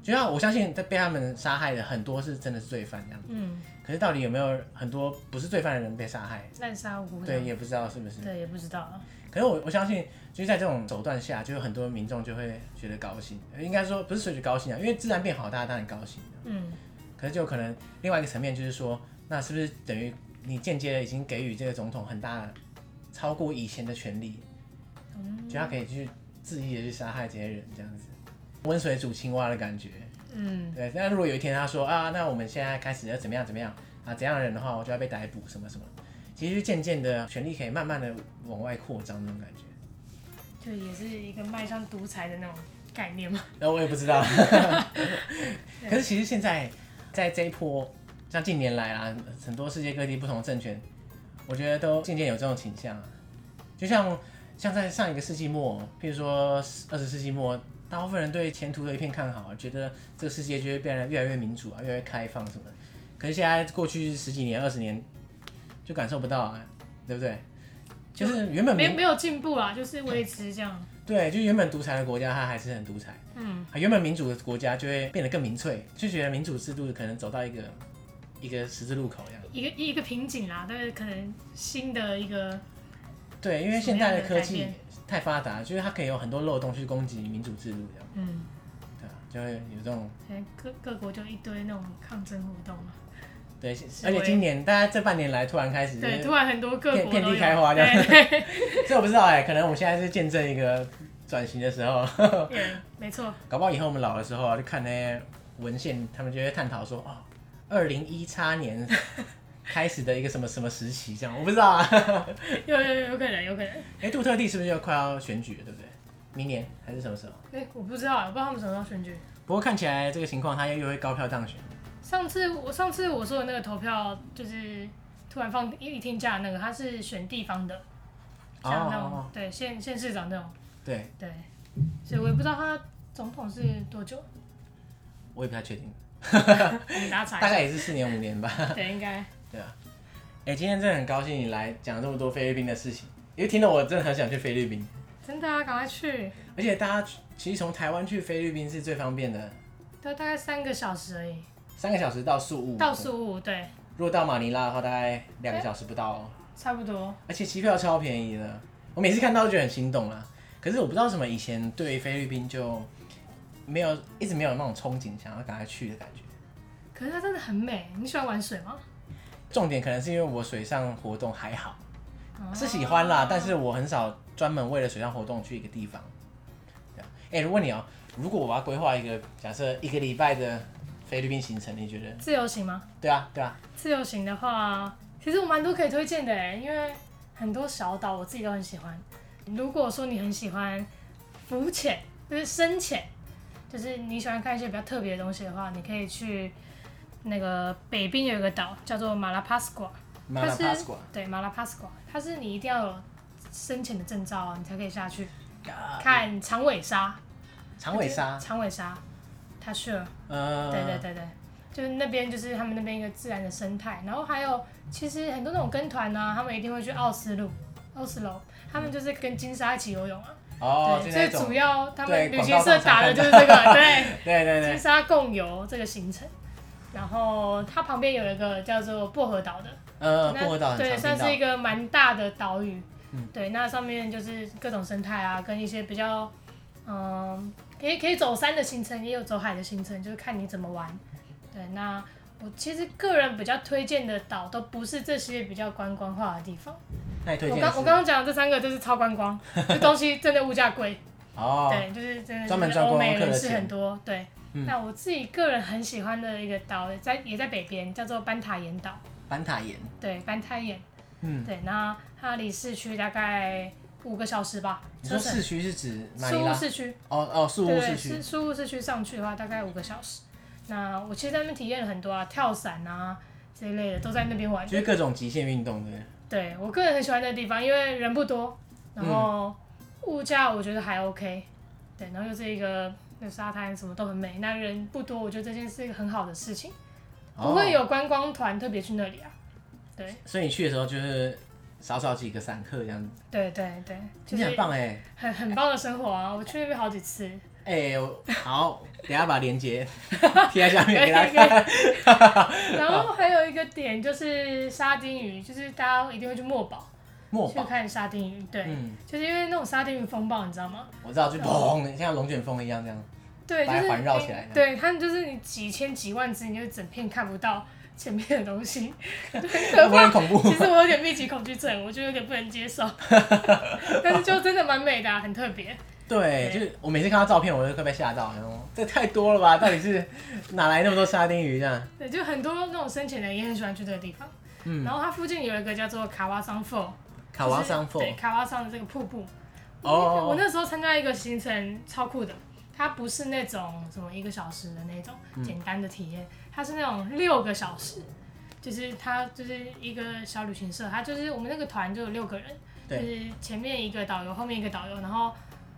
[SPEAKER 1] 就像我相信，在被他们杀害的很多是真的是罪犯这样，
[SPEAKER 2] 嗯，
[SPEAKER 1] 可是到底有没有很多不是罪犯的人被杀害？
[SPEAKER 2] 滥杀无辜的
[SPEAKER 1] 对，，也不知道是不是。
[SPEAKER 2] 对，也不知道啊，
[SPEAKER 1] 可是我我相信，就是在这种手段下，就有很多民众就会觉得高兴，呃应该说不是随着高兴啊，因为自然变好，大家当然高兴。
[SPEAKER 2] 嗯，
[SPEAKER 1] 可是就可能另外一个层面就是说，那是不是等于你间接的已经给予这个总统很大的超过以前的权利，就他可以去恣意的去杀害这些人这样子，温水煮青蛙的感觉。
[SPEAKER 2] 嗯，
[SPEAKER 1] 对，那如果有一天他说啊，那我们现在开始要怎么样怎么样啊，怎样的人的话，我就要被逮捕什么什么，其实就渐渐的权力可以慢慢的往外扩张那种感觉。
[SPEAKER 2] 就也是一个迈向独裁的那种概念嘛，
[SPEAKER 1] 那我也不知道。可是其实现在在这一波，像近年来啦，很多世界各地不同的政权，我觉得都渐渐有这种倾向啊。就像像在上一个世纪末，譬如说二十世纪末，大部分人对前途的一片看好，啊觉得这个世界就会变得越来越民主啊，越来越开放什么的。可是现在过去十几年、二十年，就感受不到啊，对不对？就是原本
[SPEAKER 2] 没
[SPEAKER 1] 民
[SPEAKER 2] 没有进步啦，就是维持这样，
[SPEAKER 1] 对，就原本独裁的国家，它还是很独裁。
[SPEAKER 2] 嗯，
[SPEAKER 1] 啊，原本民主的国家就会变得更民粹，就觉得民主制度可能走到一个一个十字路口这样。
[SPEAKER 2] 一个一个瓶颈啦，但是可能新的一个，
[SPEAKER 1] 对，因为现在的科
[SPEAKER 2] 什么
[SPEAKER 1] 技
[SPEAKER 2] 样的
[SPEAKER 1] 太发达，就是它可以有很多漏洞去攻击民主制度这样，
[SPEAKER 2] 嗯，
[SPEAKER 1] 对啊，就会有这种
[SPEAKER 2] 可能哎各各国就一堆那种抗争活动嘛，
[SPEAKER 1] 对。而且今年大家这半年来突然开始，
[SPEAKER 2] 对，突然很多各国
[SPEAKER 1] 遍遍
[SPEAKER 2] 都
[SPEAKER 1] 地
[SPEAKER 2] 有
[SPEAKER 1] 开花这样
[SPEAKER 2] 对对
[SPEAKER 1] 这我不知道哎、可能我们现在是见证一个转型的时候，
[SPEAKER 2] 对，没错，
[SPEAKER 1] 搞不好以后我们老的时候啊，就看那些文献，他们就会探讨说，哦，二零一叉 年开始的一个什么什么时期这样，我不知道啊。
[SPEAKER 2] 有有有有可能，有可能。
[SPEAKER 1] 哎、杜特地是不是要快要选举了，对不对？明年还是什么时候？
[SPEAKER 2] 哎、我不知道，我不知道他们什么时候选举。
[SPEAKER 1] 不过看起来这个情况，他又会高票当选。
[SPEAKER 2] 上次我上次我说的那个投票，就是突然放一一天假的那个，他是选地方的，像那种、
[SPEAKER 1] 哦，
[SPEAKER 2] 对县县市长那种，
[SPEAKER 1] 对，
[SPEAKER 2] 对，所以我也不知道他总统是 多久，
[SPEAKER 1] 我也不太确定，
[SPEAKER 2] 我们大家查
[SPEAKER 1] 大
[SPEAKER 2] 一
[SPEAKER 1] 概也是四年五年吧。
[SPEAKER 2] 下。对，应该
[SPEAKER 1] 对啊。哎、今天真的很高兴你来讲这么多菲律宾的事情，因为听到我真的很想去菲律宾，
[SPEAKER 2] 真的啊，赶快去，
[SPEAKER 1] 而且大家其实从台湾去菲律宾是最方便的，
[SPEAKER 2] 都大概三个小时而已，
[SPEAKER 1] 三个小时到宿务，
[SPEAKER 2] 倒数五，对，
[SPEAKER 1] 如果到马尼拉的话，大概两个小时不到、哦。
[SPEAKER 2] 差不多。
[SPEAKER 1] 而且机票超便宜的，我每次看到就很心动啦。可是我不知道为什么以前对菲律宾就没有一直没有那种憧憬，想要赶快去的感觉。
[SPEAKER 2] 可是它真的很美，你喜欢玩水吗？
[SPEAKER 1] 重点可能是因为我水上活动还好，
[SPEAKER 2] 哦
[SPEAKER 1] 是喜欢啦，但是我很少专门为了水上活动去一个地方。对啊，哎、如果你要，如果我要规划一个假设一个礼拜的菲律宾行程，你觉得？
[SPEAKER 2] 自由行吗？
[SPEAKER 1] 对啊，对啊，
[SPEAKER 2] 自由行的话，其实我蛮多可以推荐的诶，因为很多小岛我自己都很喜欢。如果说你很喜欢浮潜，就是深潜，就是你喜欢看一些比较特别的东西的话，你可以去那个北边有一个岛叫做马拉帕斯瓜，
[SPEAKER 1] 马
[SPEAKER 2] 它
[SPEAKER 1] 拉
[SPEAKER 2] 是
[SPEAKER 1] 帕斯瓜。
[SPEAKER 2] 对马拉帕斯瓜，它是你一定要有深潜的证照啊，你才可以下去看长尾鲨。
[SPEAKER 1] 长尾鲨，
[SPEAKER 2] 长尾鲨，它去了。
[SPEAKER 1] 呃，
[SPEAKER 2] 对对对对，就是那边就是他们那边一个自然的生态，然后还有其实很多那种跟团呢、他们一定会去奥斯陆、奥斯陆，他们就是跟金沙一起游泳啊。
[SPEAKER 1] 哦，就
[SPEAKER 2] 对，
[SPEAKER 1] 那
[SPEAKER 2] 最
[SPEAKER 1] 种，
[SPEAKER 2] 主要他
[SPEAKER 1] 对
[SPEAKER 2] 们旅
[SPEAKER 1] 广
[SPEAKER 2] 行
[SPEAKER 1] 告
[SPEAKER 2] 社
[SPEAKER 1] 上
[SPEAKER 2] 打的
[SPEAKER 1] 常
[SPEAKER 2] 就是这
[SPEAKER 1] 看
[SPEAKER 2] 个，对，
[SPEAKER 1] 对对
[SPEAKER 2] 金
[SPEAKER 1] 对，
[SPEAKER 2] 沙共游这个行程。然后它旁边有一个叫做薄荷岛的，
[SPEAKER 1] 呃，
[SPEAKER 2] 那
[SPEAKER 1] 薄荷岛很常
[SPEAKER 2] 对，
[SPEAKER 1] 听
[SPEAKER 2] 算
[SPEAKER 1] 到
[SPEAKER 2] 是一。个蛮大的岛屿。
[SPEAKER 1] 嗯
[SPEAKER 2] 对，那上面就是各种生态啊，跟一些比较，嗯，可以可以走山的行程，也有走海的行程，就是看你怎么玩。对，那我其实个人比较推荐的岛都不是这些比较观光化的地方。
[SPEAKER 1] 那你推
[SPEAKER 2] 我
[SPEAKER 1] 荐
[SPEAKER 2] 刚
[SPEAKER 1] 的
[SPEAKER 2] 我
[SPEAKER 1] 是
[SPEAKER 2] 刚刚讲的这三个就是超 观光，这东西真的物价贵，
[SPEAKER 1] 哦，
[SPEAKER 2] 对，就是真的
[SPEAKER 1] 专门
[SPEAKER 2] 就是
[SPEAKER 1] 赚
[SPEAKER 2] 欧
[SPEAKER 1] 观
[SPEAKER 2] 美
[SPEAKER 1] 光客
[SPEAKER 2] 人
[SPEAKER 1] 的
[SPEAKER 2] 士
[SPEAKER 1] 钱
[SPEAKER 2] 很多。对，
[SPEAKER 1] 嗯
[SPEAKER 2] 那我自己个人很喜欢的一个岛，在也在北边，叫做班塔岩岛。
[SPEAKER 1] 板塔岩，
[SPEAKER 2] 对，班塔岩。
[SPEAKER 1] 嗯，
[SPEAKER 2] 对，那它离市区大概五个小时吧，
[SPEAKER 1] 你
[SPEAKER 2] 车
[SPEAKER 1] 说
[SPEAKER 2] 程。
[SPEAKER 1] 市区是指马尼
[SPEAKER 2] 苏雾
[SPEAKER 1] 拉？
[SPEAKER 2] 市区，
[SPEAKER 1] 哦哦，宿
[SPEAKER 2] 对
[SPEAKER 1] 务
[SPEAKER 2] 对，
[SPEAKER 1] 市
[SPEAKER 2] 是
[SPEAKER 1] 区，
[SPEAKER 2] 苏雾市区上去的话，大概五个小时。那我其实在那边体验了很多啊，跳伞啊这一类的都在那边玩。
[SPEAKER 1] 就是各种极限运动的。
[SPEAKER 2] 对我个人很喜欢那个地方，因为人不多，
[SPEAKER 1] 嗯
[SPEAKER 2] 然后物价我觉得还 OK，对，然后又是一个那沙滩什么都很美，那人不多，我觉得这件是一个很好的事情，不会
[SPEAKER 1] 哦。
[SPEAKER 2] 有观光团特别去那里啊。对
[SPEAKER 1] 所以你去的时候就是少少几个散客这样子，
[SPEAKER 2] 对对对，就
[SPEAKER 1] 听起来很
[SPEAKER 2] 是
[SPEAKER 1] 棒 哎
[SPEAKER 2] 很很棒的生活啊！我去那边好几次，
[SPEAKER 1] 哎、我好，等一下把链 接贴在下面给大家看。
[SPEAKER 2] 然后还有一个点就是沙丁鱼，就是大家一定会去墨宝
[SPEAKER 1] 墨
[SPEAKER 2] 去
[SPEAKER 1] 宝，
[SPEAKER 2] 看沙丁鱼，对，
[SPEAKER 1] 嗯，
[SPEAKER 2] 就是因为那种沙丁鱼风暴，你知道吗？
[SPEAKER 1] 我知道，
[SPEAKER 2] 嗯
[SPEAKER 1] 就砰，像龙卷风一样这样。
[SPEAKER 2] 对，就
[SPEAKER 1] 把它
[SPEAKER 2] 是
[SPEAKER 1] 环绕起来
[SPEAKER 2] 你对，它就是你几千几万只，你就整片看不到前面的东西，
[SPEAKER 1] 会
[SPEAKER 2] 可
[SPEAKER 1] 不会很
[SPEAKER 2] 怕。
[SPEAKER 1] 恐怖
[SPEAKER 2] 其？实我有点密集恐惧症，我就有点不能接受， 但是就真的蛮美的、啊，很特别。
[SPEAKER 1] 对，就是我每次看到照片，我都快被吓到，然后这太多了吧？到底是哪来那么多沙丁鱼这样？
[SPEAKER 2] 对，就很多那种深潜的人也很喜欢去这个地方。
[SPEAKER 1] 嗯
[SPEAKER 2] 然后它附近有一个叫做卡瓦桑 f o
[SPEAKER 1] 卡哇桑凤
[SPEAKER 2] 对，卡瓦桑的这个瀑布。
[SPEAKER 1] 哦
[SPEAKER 2] 我那时候参加一个行程，超酷的。它不是那种什么一个小时的那种
[SPEAKER 1] 嗯
[SPEAKER 2] 简单的体验，它是那种六个小时，就是它就是一个小旅行社，它就是我们那个团就有六个人，就
[SPEAKER 1] 对
[SPEAKER 2] 是前面一个导游，后面一个导游，然后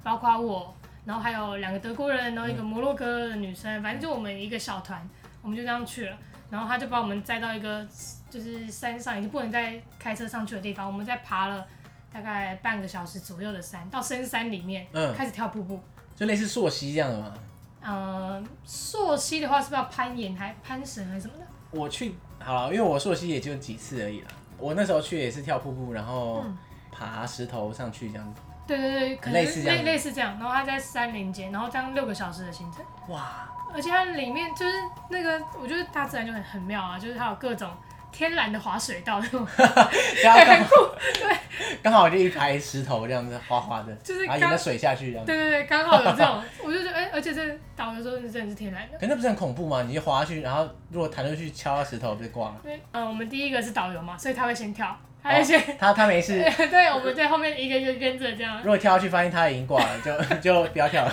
[SPEAKER 2] 包括我，然后还有两个德国人，然后一个摩洛哥的女生，反正就我们一个小团，我们就这样去了。然后他就把我们载到一个就是山上，已经不能再开车上去的地方，我们再爬了大概半个小时左右的山，到深山里面，
[SPEAKER 1] 嗯
[SPEAKER 2] 开始跳瀑布。
[SPEAKER 1] 就类似溯溪这样的嘛。
[SPEAKER 2] 呃，溯溪的话是不是要攀岩还攀绳还是什么的？
[SPEAKER 1] 我去好了，因为我溯溪也就几次而已啦。我那时候去也是跳瀑布，然后
[SPEAKER 2] 嗯
[SPEAKER 1] 爬石头上去这样子。
[SPEAKER 2] 对对对，可能
[SPEAKER 1] 类似这样
[SPEAKER 2] 类类似这样。然后他在山林间，然后这样六个小时的行程，
[SPEAKER 1] 哇，
[SPEAKER 2] 而且它里面就是那个，我觉得大自然就很很妙啊，就是它有各种天然的滑水道那种，
[SPEAKER 1] 刚好
[SPEAKER 2] 很酷。
[SPEAKER 1] 刚好就一排石头这样子滑滑的，
[SPEAKER 2] 就是
[SPEAKER 1] 然后
[SPEAKER 2] 刚
[SPEAKER 1] 有那水下去这样子。
[SPEAKER 2] 对对对，刚好有这种，我就觉得哎、而且这导游说是真的是天然的。
[SPEAKER 1] 可那不是很恐怖吗？你就滑下去，然后如果弹出去敲到石头，不就挂了？
[SPEAKER 2] 因为嗯，我们第一个是导游嘛，所以他会先跳，他会先，
[SPEAKER 1] 哦他他没事，
[SPEAKER 2] 对，我们在后面一个一个跟着这样
[SPEAKER 1] 如，果跳下去发现他已经挂了，就 就不要跳了。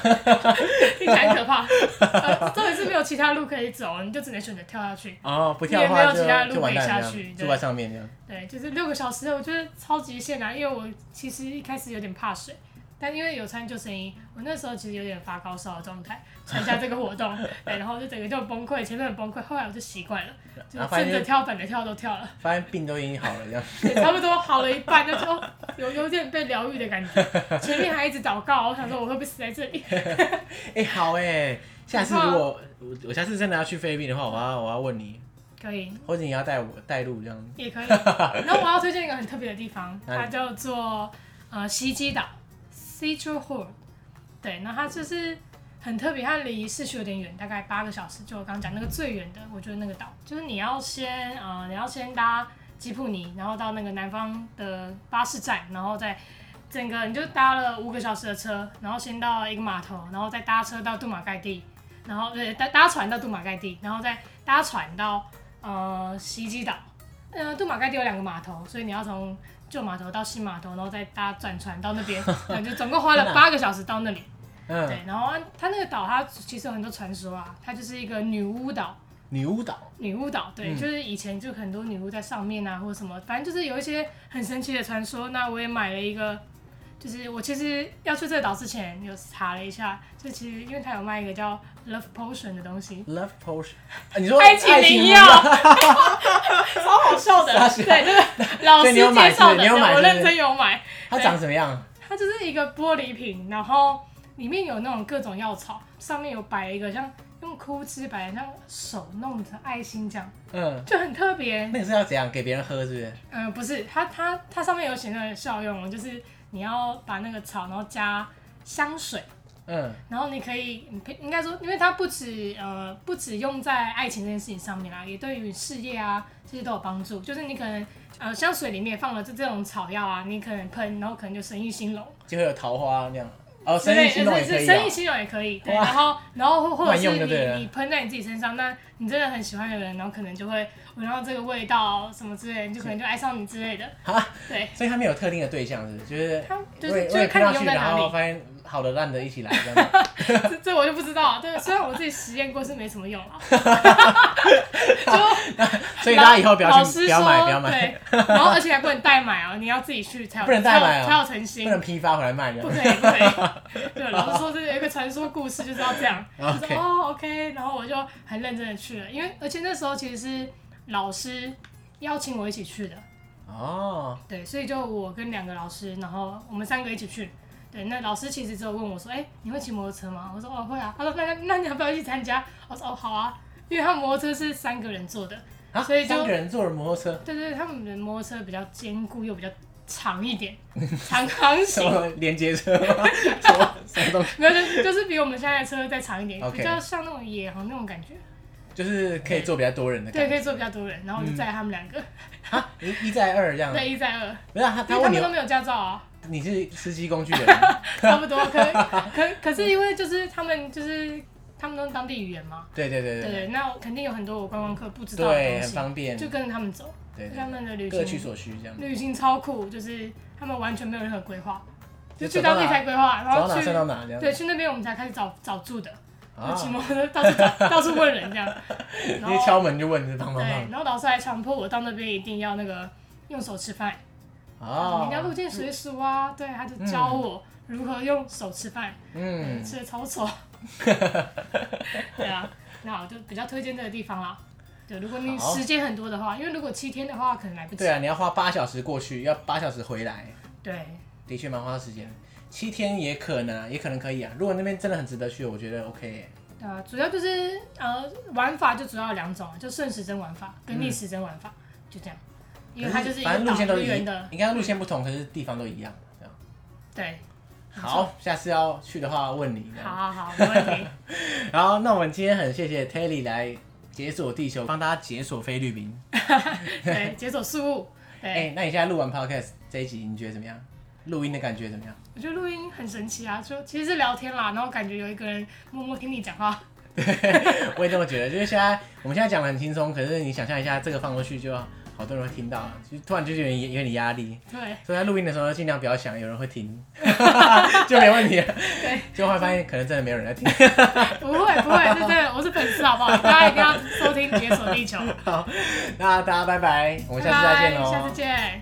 [SPEAKER 2] 听起来很可怕。呃，重点是没有其他路可以走，你就只能选择跳下去。
[SPEAKER 1] 哦，不跳的话
[SPEAKER 2] 也没有其他
[SPEAKER 1] 就
[SPEAKER 2] 路
[SPEAKER 1] 就完蛋了
[SPEAKER 2] 可以下
[SPEAKER 1] 这
[SPEAKER 2] 去
[SPEAKER 1] 样，
[SPEAKER 2] 对
[SPEAKER 1] 住在上面这样。
[SPEAKER 2] 对，就是六个小时，我觉得超极限啊！因为我其实一开始有点怕水，但因为有穿救生衣，我那时候其实有点发高烧的状态，参加这个 活动，对，然后就整个就崩溃，前面很崩溃，后来我就习惯了，就
[SPEAKER 1] 然
[SPEAKER 2] 是
[SPEAKER 1] 后发
[SPEAKER 2] 正着
[SPEAKER 1] 现
[SPEAKER 2] 跳、反着跳都跳了，
[SPEAKER 1] 发现病都已经好了这样。
[SPEAKER 2] 对，差不多好了一半，就说哦有有点被疗愈的感觉，前面还一直祷告，我想说我会不会死在这里？
[SPEAKER 1] 哎、好哎、下次如果我我下次真的要去菲律宾的话，我要我要问你，
[SPEAKER 2] 可以，
[SPEAKER 1] 或者你要带我带路这样。
[SPEAKER 2] 也 可以。然后我要推荐一个很特别的地方，
[SPEAKER 1] 哪里
[SPEAKER 2] 它叫做呃西基岛 （Seashore h o r d 对，那它就是很特别，它离市区有点远，大概八个小时。就我刚刚讲那个最远的，我觉得那个岛，就是你要先呃你要先搭吉普尼，然后到那个南方的巴士站，然后再。整个你就搭了五个小时的车，然后先到一个码头，然后再搭车到杜马盖地，然后对搭搭船到杜马盖地，然后再搭船到呃西基岛，呃，杜马盖地有两个码头，所以你要从旧码头到新码头，然后再搭转船到那 边，对，就总共花了八个小时到那里。
[SPEAKER 1] 啊嗯，
[SPEAKER 2] 对，然后它那个岛，它其实有很多传说啊，它就是一个女巫岛。
[SPEAKER 1] 女巫岛
[SPEAKER 2] 女巫岛，对，
[SPEAKER 1] 嗯
[SPEAKER 2] 就是以前就很多女巫在上面啊，或者什么，反正就是有一些很神奇的传说。那我也买了一个，就是我其实要去这个岛之前有查了一下，就其实因为它有卖一个叫 Love Potion 的东西，
[SPEAKER 1] Love Potion，、啊、你说
[SPEAKER 2] 爱情灵药，超好笑的
[SPEAKER 1] 傻，笑
[SPEAKER 2] 对，就是老
[SPEAKER 1] 所
[SPEAKER 2] 师
[SPEAKER 1] 以你有买
[SPEAKER 2] 介绍
[SPEAKER 1] 是不是
[SPEAKER 2] 的，
[SPEAKER 1] 你有买
[SPEAKER 2] 对
[SPEAKER 1] 是
[SPEAKER 2] 我
[SPEAKER 1] 不是
[SPEAKER 2] 认真有买。
[SPEAKER 1] 它长什么样？
[SPEAKER 2] 它就是一个玻璃瓶，然后里面有那种各种药草，上面有摆一个像用枯枝摆的像手弄的爱心这样，
[SPEAKER 1] 嗯，
[SPEAKER 2] 就很特别。
[SPEAKER 1] 那个是要怎样给别人喝是不是？
[SPEAKER 2] 嗯、不是，它它它上面有写那个效用，就是你要把那个草，然后加香水。
[SPEAKER 1] 嗯，
[SPEAKER 2] 然后你可以，你可以应该说，因为它不止呃不止用在爱情这件事情上面啦，也对于事业啊这些都有帮助。就是你可能呃香水里面放了这这种草药啊，你可能喷，然后可能就生意兴隆
[SPEAKER 1] 就会有桃花那样。哦，
[SPEAKER 2] 之
[SPEAKER 1] 生
[SPEAKER 2] 类
[SPEAKER 1] 意
[SPEAKER 2] 的，
[SPEAKER 1] 兴隆也
[SPEAKER 2] 是
[SPEAKER 1] 可
[SPEAKER 2] 是
[SPEAKER 1] 以、
[SPEAKER 2] 生意
[SPEAKER 1] 哦。
[SPEAKER 2] 兴隆也可以。对，
[SPEAKER 1] 哇
[SPEAKER 2] 然后然后或或者
[SPEAKER 1] 乱
[SPEAKER 2] 是
[SPEAKER 1] 用就对了
[SPEAKER 2] 你你喷在你自己身上，那你真的很喜欢的人，然后可能就会闻到这个味道什么之类的，你就可能就爱上你之类的。
[SPEAKER 1] 啊，
[SPEAKER 2] 对，
[SPEAKER 1] 所以它没有特定的对象是不是？就是
[SPEAKER 2] 它就
[SPEAKER 1] 我也
[SPEAKER 2] 是就
[SPEAKER 1] 我也
[SPEAKER 2] 是
[SPEAKER 1] 看
[SPEAKER 2] 看
[SPEAKER 1] 上
[SPEAKER 2] 你
[SPEAKER 1] 去，
[SPEAKER 2] 用在哪
[SPEAKER 1] 然
[SPEAKER 2] 里
[SPEAKER 1] 后。发现好的烂的一起来这 样子。
[SPEAKER 2] 这这我就不知道了。对，虽然我自己实验过是没什么用啊，就
[SPEAKER 1] 所以大家以后不
[SPEAKER 2] 老
[SPEAKER 1] 要去，
[SPEAKER 2] 师
[SPEAKER 1] 不要买，
[SPEAKER 2] 说
[SPEAKER 1] 不要买，
[SPEAKER 2] 对，然后而且还不能代买哦，你要自己去才有
[SPEAKER 1] 不能代买哦
[SPEAKER 2] 才有才有诚心
[SPEAKER 1] 不。能批发回来卖这
[SPEAKER 2] 不
[SPEAKER 1] 样。
[SPEAKER 2] 可以，不可 以。对，老师说这有一个传说故事就是要这样，我说
[SPEAKER 1] OK
[SPEAKER 2] 哦，OK，然后我就很认真的去了，因为而且那时候其实是老师邀请我一起去的，
[SPEAKER 1] 哦，
[SPEAKER 2] 对，所以就我跟两个老师，然后我们三个一起去。对，那老师其实只有问我说：“哎、你会骑摩托车吗？”我说：“哦，会啊。”他说：“那那你要不要一起参加？”我说：“哦，好啊。”因为他摩托车是三个人坐的，
[SPEAKER 1] 啊，
[SPEAKER 2] 所以就
[SPEAKER 1] 三个人坐着摩托车，
[SPEAKER 2] 对对，对他们的摩托车比较坚固又比较长 一点，长航
[SPEAKER 1] 什
[SPEAKER 2] 型。
[SPEAKER 1] 么连接车 吗？什么什么东西？
[SPEAKER 2] 没有，就就是比我们现在的车再长一点
[SPEAKER 1] OK
[SPEAKER 2] 比较像那种野航那种感觉。
[SPEAKER 1] 就是可以坐比较多人的
[SPEAKER 2] 对，
[SPEAKER 1] 感
[SPEAKER 2] 可
[SPEAKER 1] 觉
[SPEAKER 2] 以坐比较多人，然后我
[SPEAKER 1] 嗯
[SPEAKER 2] 就载他们两个，
[SPEAKER 1] 啊，一一载二这样。
[SPEAKER 2] 对，一载二，
[SPEAKER 1] 不是啊他，
[SPEAKER 2] 因
[SPEAKER 1] 他
[SPEAKER 2] 为他
[SPEAKER 1] 问你
[SPEAKER 2] 们都没有驾照啊，
[SPEAKER 1] 你是司机工具人，
[SPEAKER 2] 差不多。可可可是因为就是他们就是他们都是当地语言嘛，
[SPEAKER 1] 对对对
[SPEAKER 2] 对，
[SPEAKER 1] 对
[SPEAKER 2] 那肯定有很多我观光客不知道
[SPEAKER 1] 对，
[SPEAKER 2] 的
[SPEAKER 1] 很
[SPEAKER 2] 东
[SPEAKER 1] 方便，
[SPEAKER 2] 西，就跟着他们走，
[SPEAKER 1] 对
[SPEAKER 2] 就
[SPEAKER 1] 对
[SPEAKER 2] 他们的旅
[SPEAKER 1] 各取
[SPEAKER 2] 行
[SPEAKER 1] 所需这样。
[SPEAKER 2] 旅行超酷，就是他们完全没有任何规划，就
[SPEAKER 1] 走
[SPEAKER 2] 去
[SPEAKER 1] 到
[SPEAKER 2] 当地
[SPEAKER 1] 哪
[SPEAKER 2] 才规划，然
[SPEAKER 1] 走到
[SPEAKER 2] 后
[SPEAKER 1] 哪
[SPEAKER 2] 去
[SPEAKER 1] 算到哪这样。
[SPEAKER 2] 对去那边我们才开始找找住的，
[SPEAKER 1] 啊
[SPEAKER 2] 就骑摩托车到处找到处问人这样，然
[SPEAKER 1] 你
[SPEAKER 2] 后。
[SPEAKER 1] 敲门就问是帮帮
[SPEAKER 2] 对，
[SPEAKER 1] 忙
[SPEAKER 2] 然后老师还强迫我到那边一定要那个用手吃饭，
[SPEAKER 1] 哦，
[SPEAKER 2] 你要入境随俗啊，对，他就教我如何用手吃饭，
[SPEAKER 1] 嗯，
[SPEAKER 2] 吃的超丑，对啊，那我就比较推荐这个地方啦。对，如果你
[SPEAKER 1] 好
[SPEAKER 2] 时间很多的话，因为如果七天的话可能来不及，
[SPEAKER 1] 对啊，你要花八小时过去，要八小时回来，
[SPEAKER 2] 对
[SPEAKER 1] 的确蛮花时间。七天也可能啊，也可能可以啊。如果那边真的很值得去，我觉得 OK 耶、
[SPEAKER 2] 对啊，主要就是呃玩法就主要有两种，啊就顺时针玩法跟逆时针玩法，就这样，因为它就是一
[SPEAKER 1] 嗯反正
[SPEAKER 2] 个
[SPEAKER 1] 路线
[SPEAKER 2] 岛
[SPEAKER 1] 都
[SPEAKER 2] 一
[SPEAKER 1] 一
[SPEAKER 2] 圆的，
[SPEAKER 1] 你刚刚路线不同，可是地方都一样。这样
[SPEAKER 2] 对，没错，
[SPEAKER 1] 好，下次要去的话问你。这样
[SPEAKER 2] 好好好，没 问题，
[SPEAKER 1] 好，那我们今天很谢谢 Telly 来解锁地球，帮大家解锁菲律宾。
[SPEAKER 2] 对，解锁事物，对。
[SPEAKER 1] 哎、那你现在录完 podcast 这一集，你觉得怎么样？录音的感觉怎么样？
[SPEAKER 2] 我觉得录音很神奇啊，就其实是聊天啦，然后感觉有一个人默默听你讲话，
[SPEAKER 1] 我也这么觉得，就是现在我们现在讲的很轻松，可是你想象一下，这个放过去就好多人会听到了，就突然就有点有点压力。
[SPEAKER 2] 对，
[SPEAKER 1] 所以在录音的时候尽量不要想有人会听， 就没问题了。
[SPEAKER 2] 对，
[SPEAKER 1] 就会发现可能真的没有人在听。
[SPEAKER 2] 不会不会，这真的，我是粉丝好不好？大家一定要收听《解锁地球》，
[SPEAKER 1] 好，那大家拜拜，我
[SPEAKER 2] 我
[SPEAKER 1] 们下次再见喽。哦
[SPEAKER 2] 下次见。